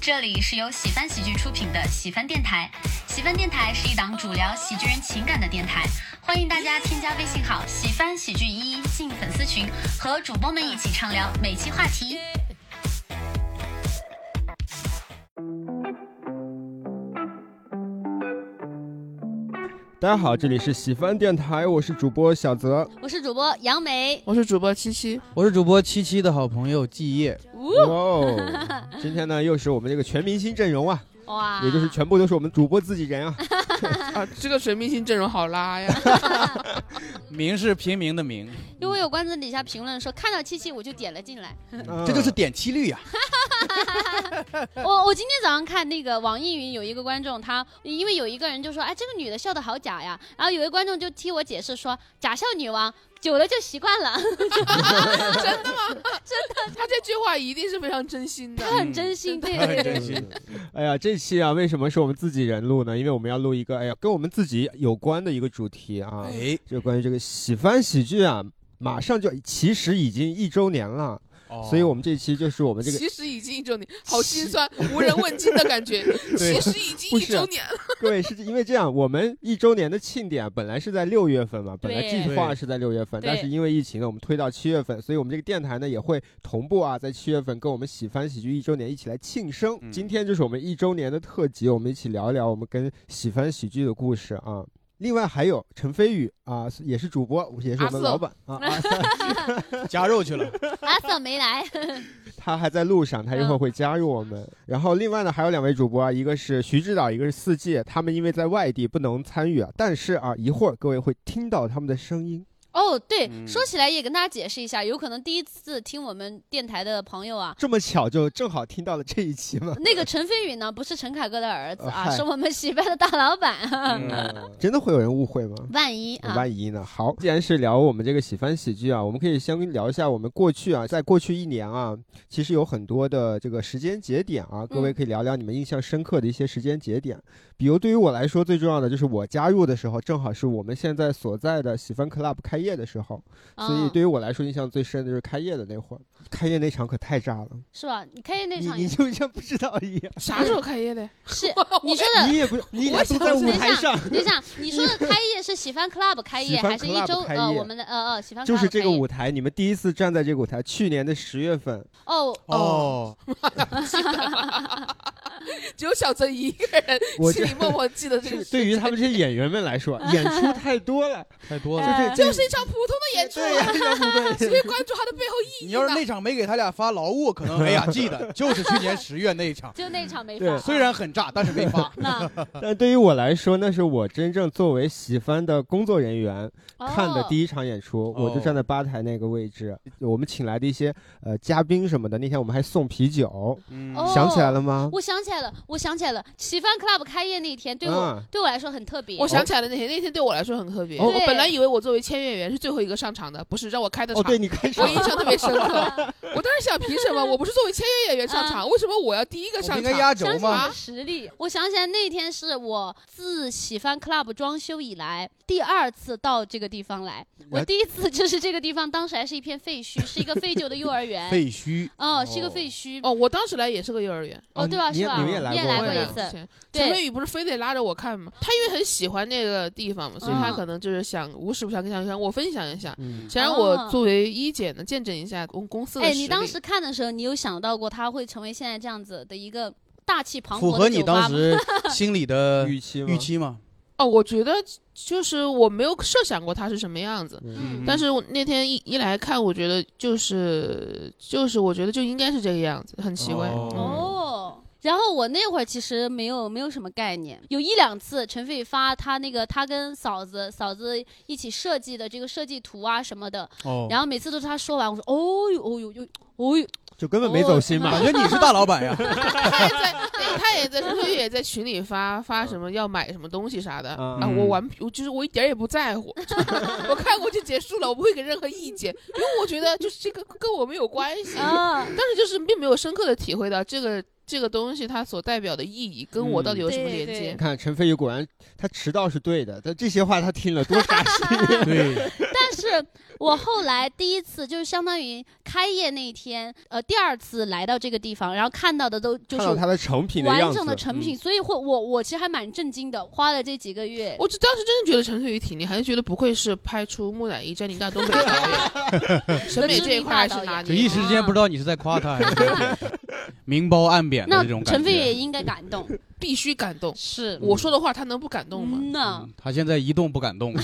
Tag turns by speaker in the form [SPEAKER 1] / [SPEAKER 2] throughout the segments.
[SPEAKER 1] 这里是由喜翻喜剧出品的喜翻电台。喜翻电台是一档主聊喜剧人情感的电台，欢迎大家添加微信号“喜翻喜剧一一”进粉丝群，和主播们一起畅聊每期话题。
[SPEAKER 2] 大家好，这里是喜翻电台，我是主播小泽。
[SPEAKER 3] 我是主播杨梅。
[SPEAKER 4] 我是主播七 七，
[SPEAKER 5] 我是主播七七的好朋友季夜，
[SPEAKER 2] 哇哦，今天呢又是我们这个全明星阵容啊，
[SPEAKER 3] 哇，
[SPEAKER 2] 也就是全部都是我们主播自己人啊。
[SPEAKER 4] 啊，这个全明星阵容好 拉呀！
[SPEAKER 5] 名是平民的名，
[SPEAKER 3] 因为有观众底下评论说看到七七我就点了进来。
[SPEAKER 2] 嗯
[SPEAKER 5] 这就是点击率啊呀、
[SPEAKER 3] 我我今天早上看那个网易云有一个观众，他因为有一个人就说，哎，这个女的笑的好假呀。然后有一个观众就替我解释说，假笑女王久了就习惯了，
[SPEAKER 4] 真的吗？真的，他这句话一定是非常真心 的
[SPEAKER 3] 她。很真心，对
[SPEAKER 5] 她
[SPEAKER 3] 嗯对
[SPEAKER 5] 很
[SPEAKER 3] 对
[SPEAKER 5] 真。
[SPEAKER 2] 嗯哎呀，这期啊，为什么是我们自己人录呢？因为我们要录一个哎呀跟我们自己有关的一个主题啊，
[SPEAKER 5] 哎，
[SPEAKER 2] 就关于这个喜翻喜剧啊，马上就其实已经一周年了，
[SPEAKER 3] 哦
[SPEAKER 5] 哦
[SPEAKER 2] 所以我们这期就是我们这个
[SPEAKER 4] 其实已经一周年，好心酸，无人问津的感 觉。
[SPEAKER 2] 对
[SPEAKER 4] 其实已经
[SPEAKER 2] 不
[SPEAKER 4] 一
[SPEAKER 2] 是
[SPEAKER 4] 周年了，
[SPEAKER 2] 各位是因为这样，我们一周年的庆典本来是在六月份嘛，本来
[SPEAKER 3] 对
[SPEAKER 2] 计划是在六月份，
[SPEAKER 3] 对
[SPEAKER 2] 但是因为疫情呢，我们推到七月份，所以我们这个电台呢也会同步啊，在七月份跟我们喜翻喜剧一周年一起来庆生。
[SPEAKER 5] 嗯
[SPEAKER 2] 今天就是我们一周年的特辑，我们一起聊一聊我们跟喜翻喜剧的故事啊。另外还有陈飞宇啊，也是主播，也是我们老板啊，啊
[SPEAKER 5] 加肉去 了，
[SPEAKER 3] 阿瑟没来，
[SPEAKER 2] 他还在路上，他一会儿会加入我们。然后另外呢，还有两位主播啊，一个是徐指导，一个是四季，他们因为在外地不能参与啊，但是啊，一会儿各位会听到他们的声音。
[SPEAKER 3] 哦，对，
[SPEAKER 5] 嗯
[SPEAKER 3] 说起来也跟大家解释一下，有可能第一次听我们电台的朋友啊，
[SPEAKER 2] 这么巧就正好听到了这一期吗？
[SPEAKER 3] 那个陈飞宇呢不是陈凯歌的儿子啊，
[SPEAKER 2] 呃 嗨
[SPEAKER 3] 是我们喜拜的大老板，
[SPEAKER 5] 嗯
[SPEAKER 2] 真的会有人误会吗？
[SPEAKER 3] 万一啊，
[SPEAKER 2] 万一呢？好，既然是聊我们这个喜翻喜剧啊，我们可以先聊一下我们过去啊，在过去一年啊，其实有很多的这个时间节点啊，各位可以聊聊你们印象深刻的一些时间节点。比如对于我来说，最重要的就是我加入的时候，正好是我们现在所在的喜翻 club 开业的时候，所以
[SPEAKER 3] 嗯
[SPEAKER 2] 对于我来说印象最深的就是开业的那会儿，开业那场可太炸了，
[SPEAKER 3] 是吧？你开业那
[SPEAKER 2] 你
[SPEAKER 3] 场
[SPEAKER 2] 你
[SPEAKER 3] 也
[SPEAKER 2] 就像不知道一样，
[SPEAKER 4] 啥时候开业的？
[SPEAKER 3] 是你说的
[SPEAKER 2] 你也不你俩都
[SPEAKER 4] 我想
[SPEAKER 2] 在
[SPEAKER 4] 起
[SPEAKER 2] 舞
[SPEAKER 4] 来
[SPEAKER 2] 台上。
[SPEAKER 3] 等一下，你说的开业是喜翻 club 开
[SPEAKER 2] 喜
[SPEAKER 3] 业，
[SPEAKER 2] 欢
[SPEAKER 3] 还是一
[SPEAKER 2] club
[SPEAKER 3] 周
[SPEAKER 2] 开
[SPEAKER 3] 呃
[SPEAKER 2] 业
[SPEAKER 3] 我们的呃呃喜翻 club
[SPEAKER 2] 就是这
[SPEAKER 3] 开
[SPEAKER 2] 个
[SPEAKER 3] 业
[SPEAKER 2] 舞台，你们第一次站在这个舞台，去年的十月份，
[SPEAKER 3] 哦，
[SPEAKER 5] 哦，
[SPEAKER 4] 只有小泽一个人
[SPEAKER 2] 我
[SPEAKER 4] 心
[SPEAKER 2] 这
[SPEAKER 4] 里默默记得这个
[SPEAKER 2] 是，对于他们这些演员们来说， 演出太多了，
[SPEAKER 5] 太多
[SPEAKER 2] 就
[SPEAKER 3] 哎
[SPEAKER 5] 了。
[SPEAKER 2] 是
[SPEAKER 3] 啊
[SPEAKER 4] 就是一场普通的演出，
[SPEAKER 2] 对呀，要 不
[SPEAKER 4] 只
[SPEAKER 2] 对
[SPEAKER 4] 会关注他的背后意义
[SPEAKER 5] 你要是
[SPEAKER 4] 呢。
[SPEAKER 5] 那场没给他俩发劳务，可能哎呀，记 得就是去年十月那一场，
[SPEAKER 3] 就那场没
[SPEAKER 2] 对
[SPEAKER 3] 发，
[SPEAKER 5] 虽然很炸，但是没发。
[SPEAKER 3] 那
[SPEAKER 2] 但对于我来说，那是我真正作为喜番的工作人员
[SPEAKER 3] 哦
[SPEAKER 2] 看的
[SPEAKER 3] 一
[SPEAKER 2] 第一场演出，我就站在吧台那个位置。我们请来的一些呃嘉宾什么的，那天我们还送啤酒，
[SPEAKER 5] 嗯
[SPEAKER 3] 哦
[SPEAKER 2] 想起来了吗？
[SPEAKER 3] 我想起来了，我想起来了，喜翻 club 开业那天对我
[SPEAKER 2] 嗯
[SPEAKER 3] 对我来说很特别，
[SPEAKER 4] 我想起来了那天，那天对我来说很特别。
[SPEAKER 2] 哦
[SPEAKER 4] 我本来以为我作为签约员是最后一个上场的，不是让我开的
[SPEAKER 2] 哦，
[SPEAKER 4] 场。
[SPEAKER 2] 对你开场
[SPEAKER 4] 我印象特别深刻。 我当时想，凭什么我不是作为签约演员上场，为什么啊我要第一个
[SPEAKER 5] 我们
[SPEAKER 4] 上
[SPEAKER 5] 应该
[SPEAKER 4] 场？
[SPEAKER 5] 压
[SPEAKER 3] 相
[SPEAKER 5] 轴
[SPEAKER 3] 信我的
[SPEAKER 5] 吗？
[SPEAKER 3] 实力。我想起来那天是我自喜欢 club 装修以来第二次到这个地方来。我第一次就是这个地方，当时还是一片废墟，是一个废旧的幼儿园。
[SPEAKER 5] 废墟
[SPEAKER 3] 哦，是一个废墟。
[SPEAKER 4] 哦，我当时来也是个幼儿园。
[SPEAKER 3] 哦，对吧？
[SPEAKER 2] 你
[SPEAKER 3] 是
[SPEAKER 2] 也
[SPEAKER 3] 吧？
[SPEAKER 2] 你
[SPEAKER 3] 你
[SPEAKER 2] 们也来
[SPEAKER 3] 也
[SPEAKER 2] 过
[SPEAKER 3] 来
[SPEAKER 4] 我
[SPEAKER 3] 过
[SPEAKER 4] 也
[SPEAKER 3] 一
[SPEAKER 4] 之
[SPEAKER 3] 次。
[SPEAKER 4] 前陈
[SPEAKER 3] 对
[SPEAKER 4] 飞宇不是非得拉着我看吗？他因为很喜欢那个地方嘛，所以他
[SPEAKER 3] 嗯
[SPEAKER 4] 可能就是想无时不想想想我分享一下，
[SPEAKER 2] 嗯，
[SPEAKER 4] 想让
[SPEAKER 3] 哦
[SPEAKER 4] 我作为一姐呢见证一下公公司的
[SPEAKER 3] 哎，
[SPEAKER 4] 实
[SPEAKER 3] 你
[SPEAKER 4] 力
[SPEAKER 3] 当时看的时候，你有想到过它会成为现在这样子的一个大气磅
[SPEAKER 5] 符
[SPEAKER 3] 礴
[SPEAKER 5] 合
[SPEAKER 3] 的
[SPEAKER 5] 你
[SPEAKER 3] 酒吧吗？
[SPEAKER 5] 当时心里的
[SPEAKER 2] 预期吗
[SPEAKER 5] 预，期 吗？
[SPEAKER 4] 哦，我觉得就是我没有设想过他是什么样子。
[SPEAKER 3] 嗯
[SPEAKER 4] 但是我那天一一来看，我觉得就是就是，我觉得就应该是这个样子，很奇怪。
[SPEAKER 2] 哦
[SPEAKER 3] 哦。然后我那会儿其实没有没有什么概念，有一两次陈飞宇发他那个他跟嫂子嫂子一起设计的这个设计图啊什么的，
[SPEAKER 5] 哦，
[SPEAKER 3] 然后每次都是他说完，我说哦呦哦呦呦哦呦，
[SPEAKER 2] 就根本没走心嘛
[SPEAKER 3] 哦
[SPEAKER 5] 感。觉你是大老板 呀，
[SPEAKER 4] 他也在，他也在，他也在群里发发什么要买什么东西啥的
[SPEAKER 2] 嗯
[SPEAKER 4] 啊！我完，我就是我一点儿也不在乎， 我看过就结束了，我不会给任何意见，因为我觉得就是这个跟我没有关系。
[SPEAKER 3] 啊，
[SPEAKER 4] 但是就是并没有深刻的体会到这个这个东西它所代表的意义跟我到底有什么
[SPEAKER 3] 嗯对
[SPEAKER 4] 连 接
[SPEAKER 2] 你。看陈飞宇果然他迟到是对的，但这些话他听了多扎心。
[SPEAKER 5] 对，
[SPEAKER 3] 但是是我后来第一次，就是相当于开业那一天，呃，第二次来到这个地方，然后看到的都就
[SPEAKER 2] 看到
[SPEAKER 3] 是
[SPEAKER 2] 它的成品的样
[SPEAKER 3] 完
[SPEAKER 2] 子，
[SPEAKER 3] 整的成品，
[SPEAKER 2] 嗯
[SPEAKER 3] 所以会我我其实还蛮震惊的，花了这几个月。
[SPEAKER 4] 我就当时真的觉得陈翠宇挺厉害，就觉得不愧是拍出《木乃伊》《占领大东北》的 导演，审美这一块还是拿
[SPEAKER 5] 就
[SPEAKER 4] 捏
[SPEAKER 5] 一
[SPEAKER 4] 的。
[SPEAKER 5] 时之间不知道你是在夸他还 是明褒暗贬的
[SPEAKER 3] 那
[SPEAKER 5] 这种感
[SPEAKER 3] 陈飞也
[SPEAKER 5] 觉。
[SPEAKER 3] 应该感动，
[SPEAKER 4] 必须感动。
[SPEAKER 3] 是
[SPEAKER 4] 我说的话他能不感动吗？
[SPEAKER 3] 嗯呐，
[SPEAKER 5] 嗯他现在一动不敢动，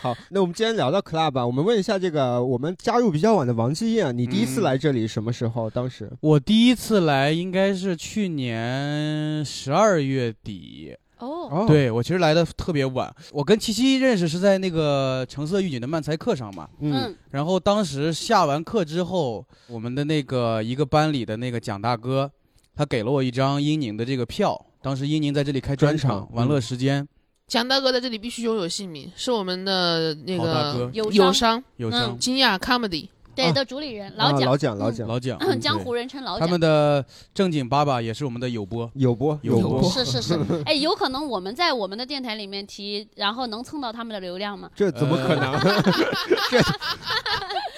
[SPEAKER 2] 好，那我们既然聊到 club 啊，我们问一下这个我们加入比较晚的王继燕啊，你第一次
[SPEAKER 5] 嗯
[SPEAKER 2] 来这里什么时候？当时
[SPEAKER 5] 我第一次来应该是去年十二月底，
[SPEAKER 3] 哦，
[SPEAKER 2] 哦，
[SPEAKER 5] 对我其实来的特别晚。我跟七七认识是在那个橙色预警的漫才课上嘛，
[SPEAKER 2] 嗯，
[SPEAKER 3] 嗯，
[SPEAKER 5] 然后当时下完课之后，我们的那个一个班里的那个蒋大哥，他给了我一张英宁的这个票。当时英宁在这里开专
[SPEAKER 2] 专
[SPEAKER 5] 场
[SPEAKER 2] 场，嗯
[SPEAKER 5] 玩乐时间，
[SPEAKER 4] 蒋大哥在这里必须拥有姓名，是我们的那
[SPEAKER 5] 好大
[SPEAKER 4] 个
[SPEAKER 5] 哥
[SPEAKER 3] 友商
[SPEAKER 4] 友商
[SPEAKER 5] 有请
[SPEAKER 4] 惊讶 comedy，
[SPEAKER 3] 对
[SPEAKER 5] 啊
[SPEAKER 3] 的主理人老
[SPEAKER 2] 啊
[SPEAKER 3] 蒋
[SPEAKER 2] 老，蒋老蒋
[SPEAKER 5] 老蒋，
[SPEAKER 3] 嗯
[SPEAKER 5] 对
[SPEAKER 3] 江湖人称老
[SPEAKER 5] 他
[SPEAKER 3] 蒋
[SPEAKER 5] 们。的正经爸爸也是我们的友播，
[SPEAKER 2] 有播
[SPEAKER 5] 有
[SPEAKER 2] 播
[SPEAKER 5] 播，
[SPEAKER 3] 是是是，哎，有可能我们在我们的电台里面提，然后能蹭到他们的流量吗？
[SPEAKER 2] 这怎么可能？这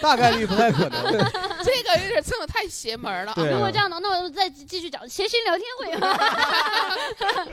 [SPEAKER 2] 大概率不太可能。
[SPEAKER 4] 这个有点蹭的太邪门了。
[SPEAKER 2] 对啊
[SPEAKER 3] 如果这样的，那我再继续讲谐星聊天会吧。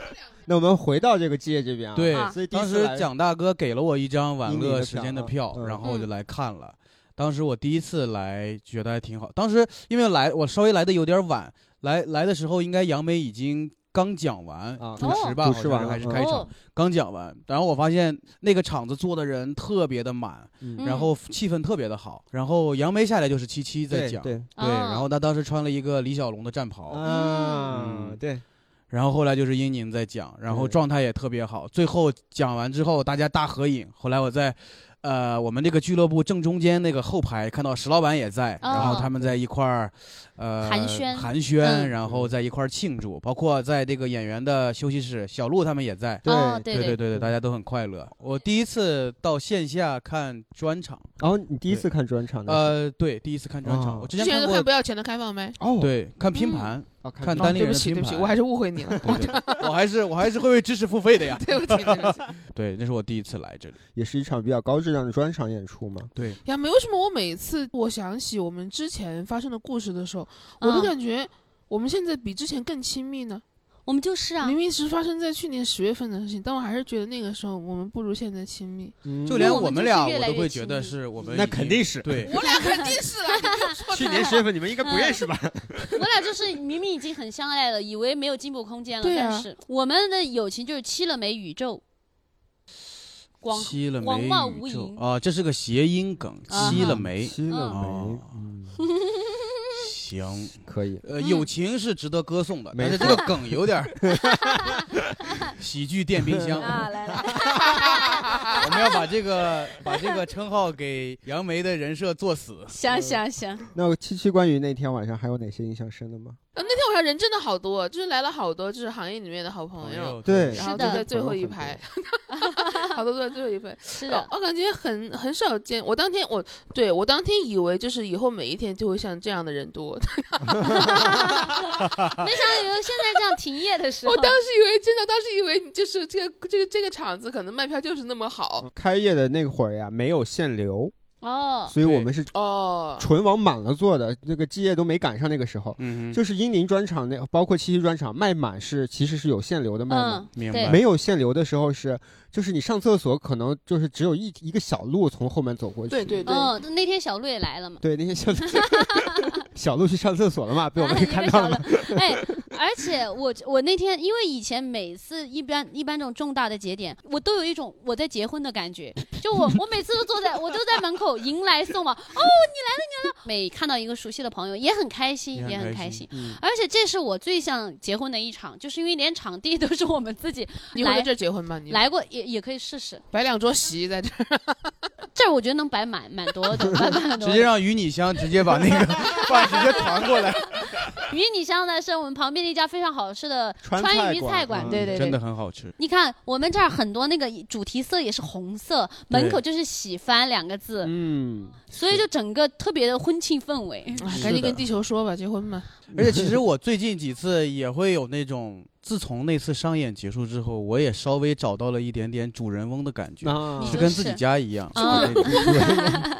[SPEAKER 2] 那我们回到这个季业这边啊，
[SPEAKER 5] 对
[SPEAKER 3] 啊，
[SPEAKER 2] 所以第一
[SPEAKER 5] 当
[SPEAKER 2] 次
[SPEAKER 5] 时
[SPEAKER 2] 来
[SPEAKER 5] 蒋大哥给了我一张玩
[SPEAKER 2] 英宁
[SPEAKER 5] 乐
[SPEAKER 2] 的
[SPEAKER 5] 时
[SPEAKER 2] 票
[SPEAKER 5] 间的
[SPEAKER 2] 啊
[SPEAKER 5] 票
[SPEAKER 2] 嗯，
[SPEAKER 5] 然后我就来看了。当时我第一次来，觉得还挺好。当时因为来我稍微来的有点晚，来来的时候应该杨梅已经刚讲完
[SPEAKER 2] 啊
[SPEAKER 5] 主持吧，
[SPEAKER 2] 主持
[SPEAKER 5] 好像是
[SPEAKER 2] 完了
[SPEAKER 5] 还是
[SPEAKER 2] 嗯
[SPEAKER 5] 开场
[SPEAKER 3] 哦，
[SPEAKER 5] 刚讲完。然后我发现那个场子坐的人特别的满，
[SPEAKER 2] 嗯
[SPEAKER 3] 嗯
[SPEAKER 5] 然后气氛特别的好。然后杨梅下来就是七七在
[SPEAKER 2] 对
[SPEAKER 5] 讲，
[SPEAKER 2] 对
[SPEAKER 5] 对，然后他当时穿了一个李小龙的战袍，
[SPEAKER 2] 啊
[SPEAKER 5] 嗯
[SPEAKER 2] 对，
[SPEAKER 5] 然后后来就是英宁在讲，然后
[SPEAKER 2] 对
[SPEAKER 5] 状态也特别好。最后讲完之后，大家大合影。后来我在，呃，我们这个俱乐部正中间那个后排看到石老板也在，然后他们在一块儿，呃，
[SPEAKER 3] 哦寒暄
[SPEAKER 5] 寒暄，
[SPEAKER 3] 嗯
[SPEAKER 5] 然后在一块儿庆祝。包括在这个演员的休息室，小鹿他们也在。
[SPEAKER 2] 对
[SPEAKER 3] 哦对
[SPEAKER 5] 对对对，
[SPEAKER 2] 对
[SPEAKER 5] 大家都很快乐。我第一次到线下看专场，
[SPEAKER 2] 然后哦你第一次看专场的时候，
[SPEAKER 5] 呃，对，第一次看专场，
[SPEAKER 2] 哦
[SPEAKER 5] 我之
[SPEAKER 4] 之前
[SPEAKER 5] 前看
[SPEAKER 4] 都
[SPEAKER 5] 过，
[SPEAKER 4] 看不要钱的开放麦，
[SPEAKER 2] 哦，
[SPEAKER 5] 对，看拼
[SPEAKER 3] 嗯
[SPEAKER 5] 盘，
[SPEAKER 2] 哦，
[SPEAKER 5] 看
[SPEAKER 4] 哦
[SPEAKER 5] 单立
[SPEAKER 4] 对不
[SPEAKER 5] 人
[SPEAKER 4] 起
[SPEAKER 5] 拼
[SPEAKER 4] 对不起，
[SPEAKER 5] 盘
[SPEAKER 4] 我还是误会 你了，
[SPEAKER 5] 对对我还是我还是会为知识付费的呀。
[SPEAKER 4] 对不起对不起。
[SPEAKER 5] 对，那是我第一次来这里。
[SPEAKER 2] 也是一场比较高质量的专场演出嘛。
[SPEAKER 5] 对，
[SPEAKER 4] 呀，没有什么。我每次我想起我们之前发生的故事的时候，我都
[SPEAKER 3] 嗯
[SPEAKER 4] 感觉我们现在比之前更亲密呢。
[SPEAKER 3] 我们就是啊
[SPEAKER 4] 明，明是发生在去年十月份的事情，但我还是觉得那个时候我们不如现在亲密。
[SPEAKER 2] 嗯
[SPEAKER 5] 就
[SPEAKER 3] 嗯那
[SPEAKER 5] 连
[SPEAKER 3] 我
[SPEAKER 5] 我
[SPEAKER 3] 们
[SPEAKER 5] 们
[SPEAKER 3] 就是
[SPEAKER 5] 俩
[SPEAKER 3] 越
[SPEAKER 5] 我
[SPEAKER 3] 来
[SPEAKER 5] 都
[SPEAKER 3] 越
[SPEAKER 5] 会
[SPEAKER 3] 亲
[SPEAKER 5] 觉得
[SPEAKER 3] 密
[SPEAKER 5] 是我们
[SPEAKER 2] 那
[SPEAKER 5] 已
[SPEAKER 2] 肯
[SPEAKER 5] 经
[SPEAKER 2] 定是
[SPEAKER 5] 对
[SPEAKER 4] 我俩肯定是了，
[SPEAKER 2] 去年十月份你们应该不认识吧？
[SPEAKER 3] 我俩就是明明已经很相爱了，以为没有进步空间了，
[SPEAKER 4] 对啊
[SPEAKER 3] 但是我们的友情就是七了眉宇宙光。
[SPEAKER 5] 七了
[SPEAKER 3] 广
[SPEAKER 5] 眉
[SPEAKER 3] 袤
[SPEAKER 5] 宇
[SPEAKER 3] 无
[SPEAKER 5] 宙
[SPEAKER 3] 垠
[SPEAKER 5] 啊，这是个谐音梗，
[SPEAKER 3] 啊
[SPEAKER 5] 七
[SPEAKER 3] 哈
[SPEAKER 5] 了眉，
[SPEAKER 2] 七了没
[SPEAKER 5] 哦，
[SPEAKER 2] 嗯，
[SPEAKER 5] 行。
[SPEAKER 2] 可以。
[SPEAKER 5] 呃，
[SPEAKER 3] 嗯
[SPEAKER 5] 友情是值得歌颂的，
[SPEAKER 2] 没
[SPEAKER 5] 但是这个梗有点儿 喜剧电冰箱。
[SPEAKER 3] 啊，来来，
[SPEAKER 5] 我们要把这个把这个称号给杨梅的人设作死。
[SPEAKER 3] 想想想，
[SPEAKER 2] 那七七关于那天晚上还有哪些印象深的吗？
[SPEAKER 4] 呃 那天晚上人真的好多，就是来了好多，就是行业里面的好朋友，
[SPEAKER 5] 友
[SPEAKER 2] 对
[SPEAKER 4] 然后
[SPEAKER 3] 是
[SPEAKER 4] 都
[SPEAKER 3] 的
[SPEAKER 4] 在最后一排， 好多都在最后一排。
[SPEAKER 3] 是
[SPEAKER 4] 呃
[SPEAKER 3] 的，
[SPEAKER 4] 我感觉很很少见。我当天我对我当天以为就是以后每一天就会像这样的人多，
[SPEAKER 3] 没想到有现在这样停业的时候
[SPEAKER 4] 我，当时以为真的，当时以为就是这个这个这个场子可能卖票就是那么好
[SPEAKER 5] 嗯
[SPEAKER 2] 开业的那会儿呀，没有限流，
[SPEAKER 3] 哦，
[SPEAKER 2] 所以
[SPEAKER 5] 对
[SPEAKER 2] 我们是
[SPEAKER 4] 哦。
[SPEAKER 2] 纯往满了做的，那个基业都没赶上那个时候。
[SPEAKER 5] 嗯哼，
[SPEAKER 2] 就是英宁专场那，包括七七专场卖满是其实是有限流的卖满，
[SPEAKER 3] 嗯，
[SPEAKER 5] 明
[SPEAKER 3] 对
[SPEAKER 5] 白。
[SPEAKER 2] 没有限流的时候是，就是你上厕所可能就是只有一一个小路从后面走过去。
[SPEAKER 4] 对对对，
[SPEAKER 3] 嗯，那天小鹿也来了嘛。
[SPEAKER 2] 对，那 些小小鹿去上厕所了嘛，被我们
[SPEAKER 3] 啊一个
[SPEAKER 2] 看
[SPEAKER 3] 小
[SPEAKER 2] 到了。
[SPEAKER 3] 了哎，而且我我那天因为以前每次一般一般这种重大的节点，我都有一种我在结婚的感觉。就我我每次都坐在我都在门口迎来送往，哦，你来了你来了。每看到一个熟悉的朋友，也很开心，
[SPEAKER 5] 也很
[SPEAKER 3] 也很
[SPEAKER 5] 开
[SPEAKER 3] 开心。
[SPEAKER 5] 心
[SPEAKER 2] 嗯，
[SPEAKER 3] 而且这是我最想结婚的一场，就是因为连场地都是我们自己
[SPEAKER 4] 你会
[SPEAKER 3] 来
[SPEAKER 4] 在这儿结婚吗？你
[SPEAKER 3] 来过，也也可以试试。
[SPEAKER 4] 摆两桌席在这儿，
[SPEAKER 3] 这儿我觉得能摆满蛮多的， 摆满很多
[SPEAKER 5] 直
[SPEAKER 3] 的。
[SPEAKER 5] 接让与你香直接把那个饭直接传过来，
[SPEAKER 3] 鱼你香呢是我们旁边的一家非常好吃的
[SPEAKER 2] 川
[SPEAKER 3] 川渝
[SPEAKER 2] 菜馆
[SPEAKER 3] 菜馆，
[SPEAKER 2] 嗯
[SPEAKER 3] 对对对
[SPEAKER 5] 真的，很好吃。
[SPEAKER 3] 你看，我们这儿很多那个主题色也是红色，
[SPEAKER 5] 对
[SPEAKER 3] 门口就是“喜番”两个字，
[SPEAKER 2] 嗯，
[SPEAKER 3] 所以就整个特别的婚庆氛围。
[SPEAKER 4] 哎
[SPEAKER 2] 是
[SPEAKER 4] 赶
[SPEAKER 2] 的
[SPEAKER 4] 紧 跟地球说吧，结婚吧。
[SPEAKER 5] 而且其实我最近几次也会有那种自从那次商演结束之后，我也稍微找到了一点点主人翁的感觉，
[SPEAKER 2] 啊
[SPEAKER 3] 你
[SPEAKER 5] 是
[SPEAKER 3] 就
[SPEAKER 5] 跟自己
[SPEAKER 3] 是
[SPEAKER 5] 家一样，
[SPEAKER 3] 啊
[SPEAKER 5] 对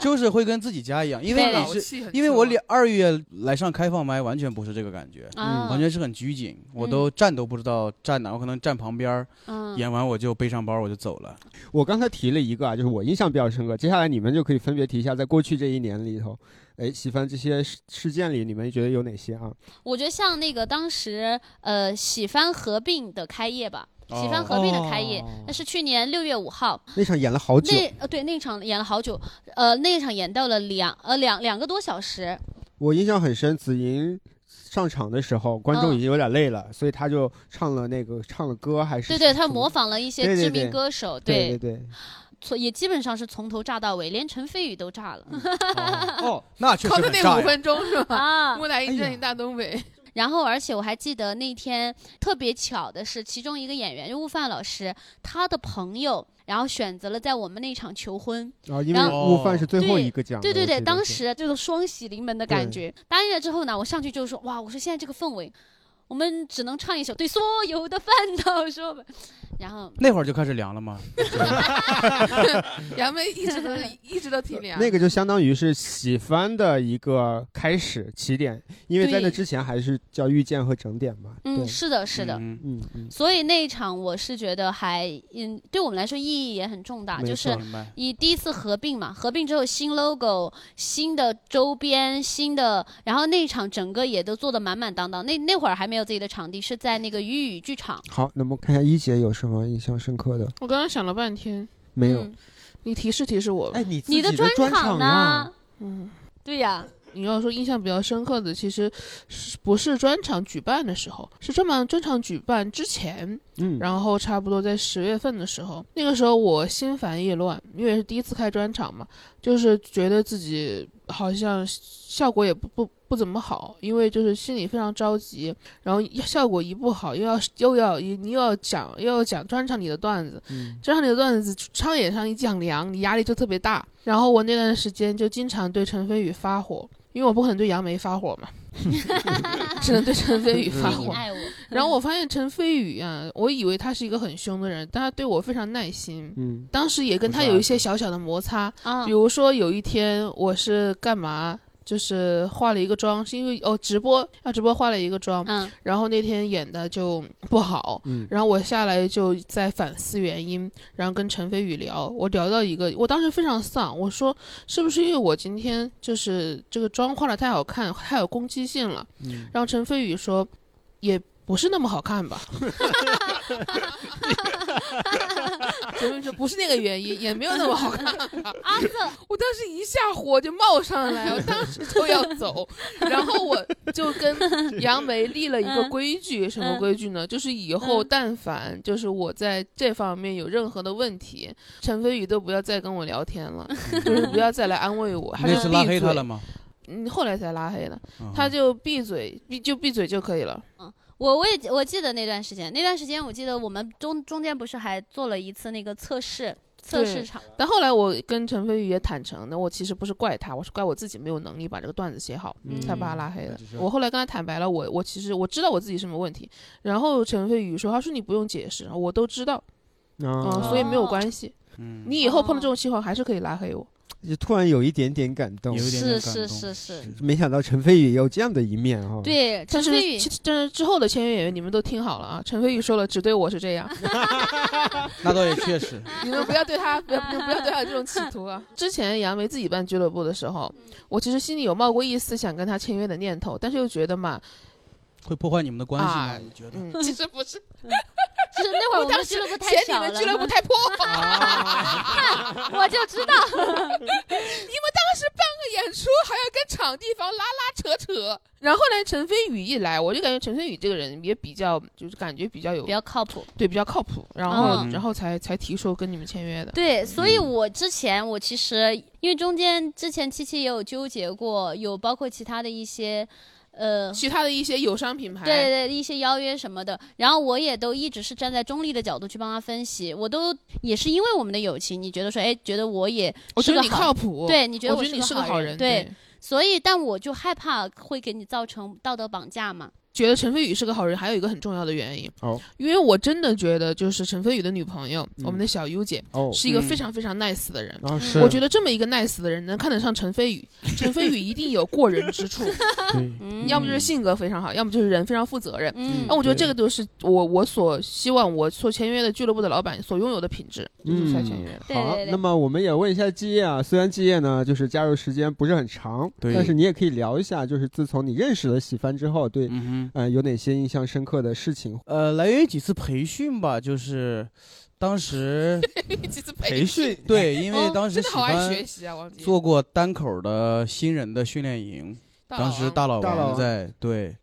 [SPEAKER 5] 就是会跟自己家一样，因为
[SPEAKER 3] 对
[SPEAKER 5] 你
[SPEAKER 4] 哎老
[SPEAKER 5] 是
[SPEAKER 4] 气很啊
[SPEAKER 5] 因为我
[SPEAKER 4] 重
[SPEAKER 5] 两二月来上开放麦，完全不是这个感觉，
[SPEAKER 2] 嗯
[SPEAKER 3] 啊，
[SPEAKER 5] 完全是很拘谨，我都站都不知道站哪，我可能站旁边儿，
[SPEAKER 3] 嗯
[SPEAKER 5] 演完我就背上包我就走 了。
[SPEAKER 2] 我刚才提了一个啊，就是我印象比较深刻。接下来你们就可以分别提一下，在过去这一年里头，哎，喜欢这些事事件里，你们觉得有哪些啊？
[SPEAKER 3] 我觉得像那个当时呃喜番合并的开业吧，喜番
[SPEAKER 5] 哦
[SPEAKER 3] 合并的开业，
[SPEAKER 2] 哦
[SPEAKER 3] 那是去年六月五号，
[SPEAKER 2] 那场演了好久，
[SPEAKER 3] 那呃对那场演了好久，呃那场演到了两呃两两个多小时，
[SPEAKER 2] 我印象很深。子莹上场的时候，观众
[SPEAKER 3] 嗯
[SPEAKER 2] 已经有点累了，所以她就唱了那个唱了歌，还是
[SPEAKER 3] 对对，他
[SPEAKER 2] 什么
[SPEAKER 3] 模仿了一些
[SPEAKER 2] 对对
[SPEAKER 3] 知
[SPEAKER 2] 对
[SPEAKER 3] 名歌手，
[SPEAKER 2] 对对对，
[SPEAKER 3] 所以也基本上是从头炸到尾，连陈飞宇都炸 了
[SPEAKER 5] 哦，那确
[SPEAKER 4] 靠
[SPEAKER 5] 实
[SPEAKER 4] 着
[SPEAKER 5] 很
[SPEAKER 4] 那
[SPEAKER 5] 炸
[SPEAKER 4] 五
[SPEAKER 5] 呀。
[SPEAKER 4] 分钟 是吧？
[SPEAKER 3] 啊。
[SPEAKER 4] 木乃伊
[SPEAKER 2] 哎
[SPEAKER 4] 阵
[SPEAKER 2] 呀
[SPEAKER 4] 营大东北，
[SPEAKER 3] 然后，而且我还记得那天特别巧的是，其中一个演员就悟饭老师，他的朋友，然后选择了在我们那场求婚。
[SPEAKER 2] 然啊后因
[SPEAKER 3] 然
[SPEAKER 2] 为
[SPEAKER 5] 后
[SPEAKER 2] 悟饭是最后一个讲的，
[SPEAKER 3] 对对
[SPEAKER 2] 我
[SPEAKER 3] 对，
[SPEAKER 2] 记得
[SPEAKER 3] 当
[SPEAKER 2] 是
[SPEAKER 3] 时这种双喜临门的感觉。答应了之后呢，我上去就说：“哇，我说现在这个氛围，我们只能唱一首对所有的烦恼说吧。”然后
[SPEAKER 5] 那会儿就开始凉了吗？
[SPEAKER 4] 杨梅一直都 是一直都挺凉。
[SPEAKER 2] 那个就相当于是喜番的一个开始起点，因为在那
[SPEAKER 3] 对
[SPEAKER 2] 之前还是叫遇见和整点嘛。对
[SPEAKER 3] 嗯，，是的，是的。
[SPEAKER 5] 嗯
[SPEAKER 2] 嗯嗯，
[SPEAKER 3] 所以那一场我是觉得还嗯，对我们来说意义也很重大，
[SPEAKER 2] 没
[SPEAKER 3] 就是
[SPEAKER 2] 错
[SPEAKER 5] 明白。
[SPEAKER 3] 以第一次合并嘛，合并之后新 logo、新的周边、新的，然后那一场整个也都做得满满当当。那那会儿还没有自己的场地，是在那个鱼语剧场。
[SPEAKER 2] 好，那么看一下一姐有什么印象深刻的？
[SPEAKER 4] 我刚刚想了半天，
[SPEAKER 2] 没有。
[SPEAKER 3] 嗯
[SPEAKER 4] 你提示提示我吧。
[SPEAKER 2] 哎，你自
[SPEAKER 3] 你
[SPEAKER 2] 己
[SPEAKER 3] 的
[SPEAKER 2] 的专啊
[SPEAKER 3] 场呢
[SPEAKER 2] 呀？？
[SPEAKER 4] 嗯，
[SPEAKER 3] 对呀，
[SPEAKER 4] 你要说印象比较深刻的，其实是不是专场举办的时候，是专场专场举办之前，
[SPEAKER 2] 嗯，
[SPEAKER 4] 然后差不多在十月份的时候，那个时候我心烦意乱，因为是第一次开专场嘛，就是觉得自己好像效果也不不不怎么好，因为就是心里非常着急，然后效果一不好，又要又要你又要讲又要讲专场里的段子，
[SPEAKER 2] 嗯
[SPEAKER 4] 专场里的段子商演上一讲凉，你压力就特别大。然后我那段时间就经常对陈飞宇发火，因为我不可能对杨梅发火嘛， 只能对陈飞宇发
[SPEAKER 3] 对你
[SPEAKER 4] 火。
[SPEAKER 1] 嗯
[SPEAKER 3] 哎爱我。
[SPEAKER 4] 然后我发现陈飞宇啊，我以为他是一个很凶的人，但他对我非常耐心。
[SPEAKER 2] 嗯
[SPEAKER 4] 当时也跟他有一些小小的摩擦，
[SPEAKER 3] 啊
[SPEAKER 4] 比，如说有一天我是干嘛，就是化了一个妆，是因为哦直播要直播化了一个妆，
[SPEAKER 3] 嗯，
[SPEAKER 4] 然后那天演的就不好，
[SPEAKER 2] 嗯
[SPEAKER 4] 然后我下来就在反思原因，然后跟陈飞宇聊，我聊到一个，我当时非常丧，我说是不是因为我今天就是这个妆化的太好看，太有攻击性了？
[SPEAKER 2] 嗯
[SPEAKER 4] 然后陈飞宇说，也不是那么好看吧。 陈飞宇说不是那个原因，也没有那么好看吧。
[SPEAKER 3] 阿瑟，
[SPEAKER 4] 我当时一下火就冒上来，我当时就要走，然后我就跟杨梅立了一个规矩，什么规矩呢？就是以后
[SPEAKER 3] 嗯
[SPEAKER 4] 但凡就是我在这方面有任何的问题，陈飞宇都不要再跟我聊天了， 就是不要再来安慰我。他
[SPEAKER 5] 那
[SPEAKER 4] 就
[SPEAKER 5] 次拉黑
[SPEAKER 4] 闭嘴
[SPEAKER 5] 他了？吗？
[SPEAKER 4] 嗯，后来才拉黑的，
[SPEAKER 5] 嗯
[SPEAKER 4] 他就闭嘴，闭就闭嘴就可以了。
[SPEAKER 3] 我我也我记得那段时间，那段时间我记得我们中中间不是还做了一次那个测试测试场，
[SPEAKER 4] 但后来我跟陈飞宇也坦诚，那我其实不是怪他，我是怪我自己没有能力把这个段子写好，
[SPEAKER 2] 嗯
[SPEAKER 4] 才把他拉黑的
[SPEAKER 5] 那就是。
[SPEAKER 4] 我后来跟他坦白了，我我其实我知道我自己什么问题。然后陈飞宇说，他说你不用解释，我都知道，嗯，
[SPEAKER 2] 啊，
[SPEAKER 4] 所以
[SPEAKER 3] 哦
[SPEAKER 4] 没有关系。
[SPEAKER 5] 嗯
[SPEAKER 4] 你以后碰到这种情况还是可以拉黑我。
[SPEAKER 2] 就突然有一点点感动
[SPEAKER 5] 有，一点
[SPEAKER 3] 是
[SPEAKER 5] 点感
[SPEAKER 3] 是
[SPEAKER 5] 动
[SPEAKER 3] 是是，
[SPEAKER 2] 没想到陈飞宇有这样的一面哈。，
[SPEAKER 3] 对，
[SPEAKER 4] 但
[SPEAKER 3] 陈
[SPEAKER 4] 是
[SPEAKER 3] 飞宇
[SPEAKER 4] 其，但是之后的签约演员你们都听好了啊，陈飞宇说了，只对我是这样，
[SPEAKER 5] 那倒也确实，
[SPEAKER 4] 你们不要对他不要不要对他有这种企图啊。之前杨梅自己办俱乐部的时候，
[SPEAKER 3] 嗯
[SPEAKER 4] 我其实心里有冒过一丝想跟他签约的念头，但是又觉得嘛，
[SPEAKER 5] 会破坏你们的关系吗？
[SPEAKER 4] 啊
[SPEAKER 5] 你觉得？
[SPEAKER 4] 嗯，其实不是。
[SPEAKER 3] 就是那会儿我们俱乐部 太
[SPEAKER 4] 嫌你
[SPEAKER 3] 小了啊
[SPEAKER 4] 们，俱乐部太破，
[SPEAKER 3] 我就知道，
[SPEAKER 4] 演出还要跟场地方拉拉扯扯。然后后来陈飞宇一来，我就感觉陈飞宇这个人也比较，就是感觉比较有
[SPEAKER 3] 比较靠谱。
[SPEAKER 4] 对比较靠谱，然后、
[SPEAKER 5] 嗯
[SPEAKER 4] 然后才才提出跟你们签约的。
[SPEAKER 3] 对，所以我之前我其实因为中间之前七七也有纠结过，有包括其他的一些，呃，
[SPEAKER 4] 其他的一些友商品牌，
[SPEAKER 3] 对对一些邀约什么的，然后我也都一直是站在中立的角度去帮他分析，我都也是因为我们的友情，你觉得说，哎，觉得我也
[SPEAKER 4] 我
[SPEAKER 3] 是
[SPEAKER 4] 觉
[SPEAKER 3] 个
[SPEAKER 4] 得你
[SPEAKER 3] 好
[SPEAKER 4] 靠，谱，
[SPEAKER 3] 对，你觉得
[SPEAKER 4] 我觉得你
[SPEAKER 3] 是
[SPEAKER 4] 是个好
[SPEAKER 3] 人，
[SPEAKER 4] 人，
[SPEAKER 3] 对，，所以但我就害怕会给你造成道德绑架嘛，
[SPEAKER 4] 觉得陈飞宇是个好人，还有一个很重要的原因，
[SPEAKER 2] 哦
[SPEAKER 4] 因为我真的觉得就是陈飞宇的女朋友，
[SPEAKER 5] 嗯
[SPEAKER 4] 我们的小优姐
[SPEAKER 2] 哦，
[SPEAKER 4] 是一个
[SPEAKER 5] 嗯
[SPEAKER 4] 非常非常 nice 的人。
[SPEAKER 2] 啊
[SPEAKER 3] 嗯
[SPEAKER 2] 是，
[SPEAKER 4] 我觉得这么一个 nice 的人能看得上陈 飞宇，陈飞宇一定有过人之处，
[SPEAKER 5] 对，
[SPEAKER 3] 嗯
[SPEAKER 4] 要么就是性格非常好，要么就是人非常负责任。
[SPEAKER 3] 嗯
[SPEAKER 4] 那我觉得这
[SPEAKER 5] 对
[SPEAKER 4] 个就是我我所希望我所签约的俱乐部的老板所拥有的品质，就是才
[SPEAKER 5] 嗯
[SPEAKER 4] 签约的。
[SPEAKER 3] 对
[SPEAKER 2] 嗯好
[SPEAKER 3] 对，对
[SPEAKER 2] 那么我们也问一下季业啊，虽然季业呢就是加入时间不是很长，
[SPEAKER 5] 对
[SPEAKER 2] 但是你也可以聊一下，就是自从你认识了喜帆之后，对，
[SPEAKER 5] 嗯哼，
[SPEAKER 2] 呃，有哪些印象深刻的事情？
[SPEAKER 5] 呃，来源于几次培训吧，就是当时
[SPEAKER 4] 这次
[SPEAKER 5] 培训， 对，因为
[SPEAKER 4] 哦
[SPEAKER 5] 当时
[SPEAKER 4] 真
[SPEAKER 5] 喜
[SPEAKER 4] 的好爱学
[SPEAKER 5] 欢
[SPEAKER 4] 习啊，王姐。
[SPEAKER 5] 做过单口的新人的训练营，
[SPEAKER 4] 大佬
[SPEAKER 5] 当
[SPEAKER 4] 啊
[SPEAKER 5] 时大老
[SPEAKER 2] 大老
[SPEAKER 5] 王
[SPEAKER 2] 王
[SPEAKER 5] 在对，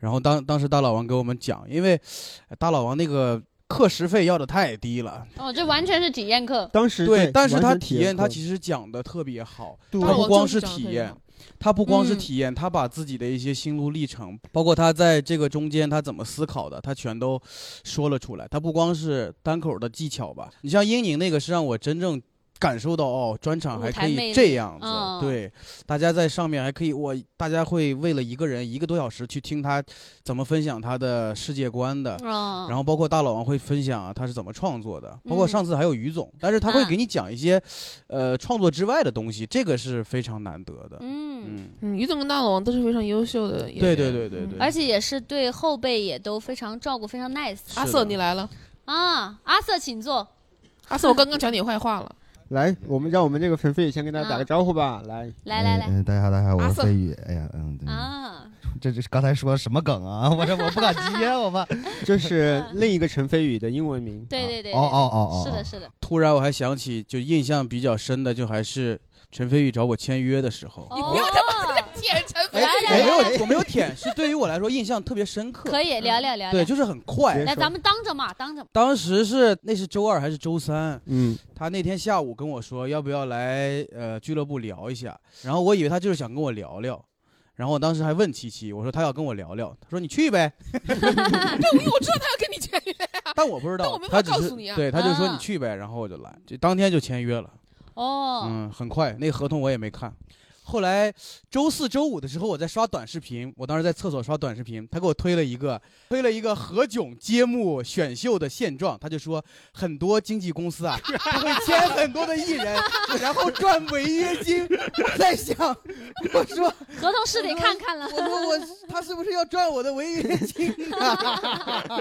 [SPEAKER 5] 然后当当时大老王给我们讲，因为呃大老王那个课时费要的太低了，
[SPEAKER 3] 哦，这完全是体验课，
[SPEAKER 2] 当时
[SPEAKER 5] 对，但是他体验
[SPEAKER 2] 验
[SPEAKER 5] 他其实讲的特别好，
[SPEAKER 2] 对
[SPEAKER 5] 他
[SPEAKER 4] 大老
[SPEAKER 5] 不
[SPEAKER 4] 王
[SPEAKER 5] 光
[SPEAKER 4] 就是是讲得
[SPEAKER 5] 体
[SPEAKER 4] 很
[SPEAKER 5] 验
[SPEAKER 4] 好，
[SPEAKER 5] 他不光是
[SPEAKER 4] 嗯
[SPEAKER 5] 体验，他把自己的一些心路历程，包括他在这个中间他怎么思考的，他全都说了出来。他不光是单口的技巧吧，你像英宁那个是让我真正。感受到哦，专场
[SPEAKER 3] 舞
[SPEAKER 5] 还
[SPEAKER 3] 台
[SPEAKER 5] 可
[SPEAKER 3] 魅
[SPEAKER 5] 以
[SPEAKER 3] 力
[SPEAKER 5] 这样子，
[SPEAKER 3] 嗯
[SPEAKER 5] 对，大家在上面还可以，我大家会为了一个人一个多小时去听他怎么分享他的世界观的，
[SPEAKER 3] 嗯，
[SPEAKER 5] 然后包括大老王会分享啊，他是怎么创作的，包括
[SPEAKER 3] 嗯
[SPEAKER 5] 上次还有于总，但是他会
[SPEAKER 3] 啊
[SPEAKER 5] 给你讲一些，呃，创作之外的东西，这个是非常难得的。
[SPEAKER 3] 嗯。
[SPEAKER 5] 嗯，
[SPEAKER 4] 嗯，于总跟大老王都是非常优秀的演员。哎
[SPEAKER 5] 对对对对对。
[SPEAKER 3] 而且也是对后辈也都非常照顾，非常 nice
[SPEAKER 4] 阿
[SPEAKER 5] 是
[SPEAKER 4] 瑟
[SPEAKER 5] 的
[SPEAKER 4] 你来了，
[SPEAKER 3] 啊。阿瑟，请坐。
[SPEAKER 4] 阿瑟我刚刚讲你坏 话了。
[SPEAKER 2] 来，我们让我们这个粉飞宇先跟大家打个招呼
[SPEAKER 3] 啊
[SPEAKER 2] 吧。来，
[SPEAKER 3] 来来来
[SPEAKER 6] 嗯，大家好，大家
[SPEAKER 4] 阿
[SPEAKER 6] 好，我是
[SPEAKER 4] 瑟
[SPEAKER 6] 飞宇。哎呀，嗯，对，
[SPEAKER 3] 啊，
[SPEAKER 6] 这这是刚才说什么梗啊？ 我这我不敢接，我 怕。
[SPEAKER 2] 这是另一个陈飞宇的英文名。
[SPEAKER 3] 对对对，
[SPEAKER 6] 哦哦哦哦，
[SPEAKER 3] 对是的，是的。
[SPEAKER 5] 突然我还想起，就印象比较深的，就还是陈飞宇找我签约的时候。
[SPEAKER 3] 哦，
[SPEAKER 4] 天成
[SPEAKER 5] 哎，
[SPEAKER 3] 来来
[SPEAKER 5] 我没
[SPEAKER 3] 来
[SPEAKER 5] 有我没有舔，是对于我来说印象特别深刻。
[SPEAKER 3] 可以聊聊
[SPEAKER 4] 啊
[SPEAKER 3] 聊
[SPEAKER 5] 对，
[SPEAKER 3] 聊。
[SPEAKER 5] 就是很快
[SPEAKER 2] 别。
[SPEAKER 3] 来，
[SPEAKER 2] 说
[SPEAKER 3] 咱们当着嘛，当着嘛。
[SPEAKER 5] 当时是那是周二还是周三？
[SPEAKER 2] 嗯，
[SPEAKER 5] 他那天下午跟我说要不要来呃俱乐部聊一下，然后我以为他就是想跟我聊聊，然后我当时还问七七，我说他要跟我聊聊，他说你去呗，
[SPEAKER 4] 因为我知道他要跟你签约。
[SPEAKER 5] 但我 不知
[SPEAKER 4] 但我
[SPEAKER 5] 道
[SPEAKER 4] 没，法
[SPEAKER 5] 他只
[SPEAKER 4] 告
[SPEAKER 5] 是
[SPEAKER 4] 诉你啊
[SPEAKER 5] 对，他就说
[SPEAKER 3] 啊
[SPEAKER 5] 你去呗，然后我就来，就当天就签约了，
[SPEAKER 3] 哦，
[SPEAKER 5] 嗯，很快，那个合同我也没看。后来周四周五的时候，我在刷短视频，我当时在厕所刷短视频，他给我推了一个推了一个何炅揭幕选秀的现状，他就说很多经纪公司啊，他会签很多的艺人，然后赚违约金。我在想，我说
[SPEAKER 4] 嗯
[SPEAKER 3] 合同是得看看 了。
[SPEAKER 5] 我说我他是不是要赚我的违约金 啊？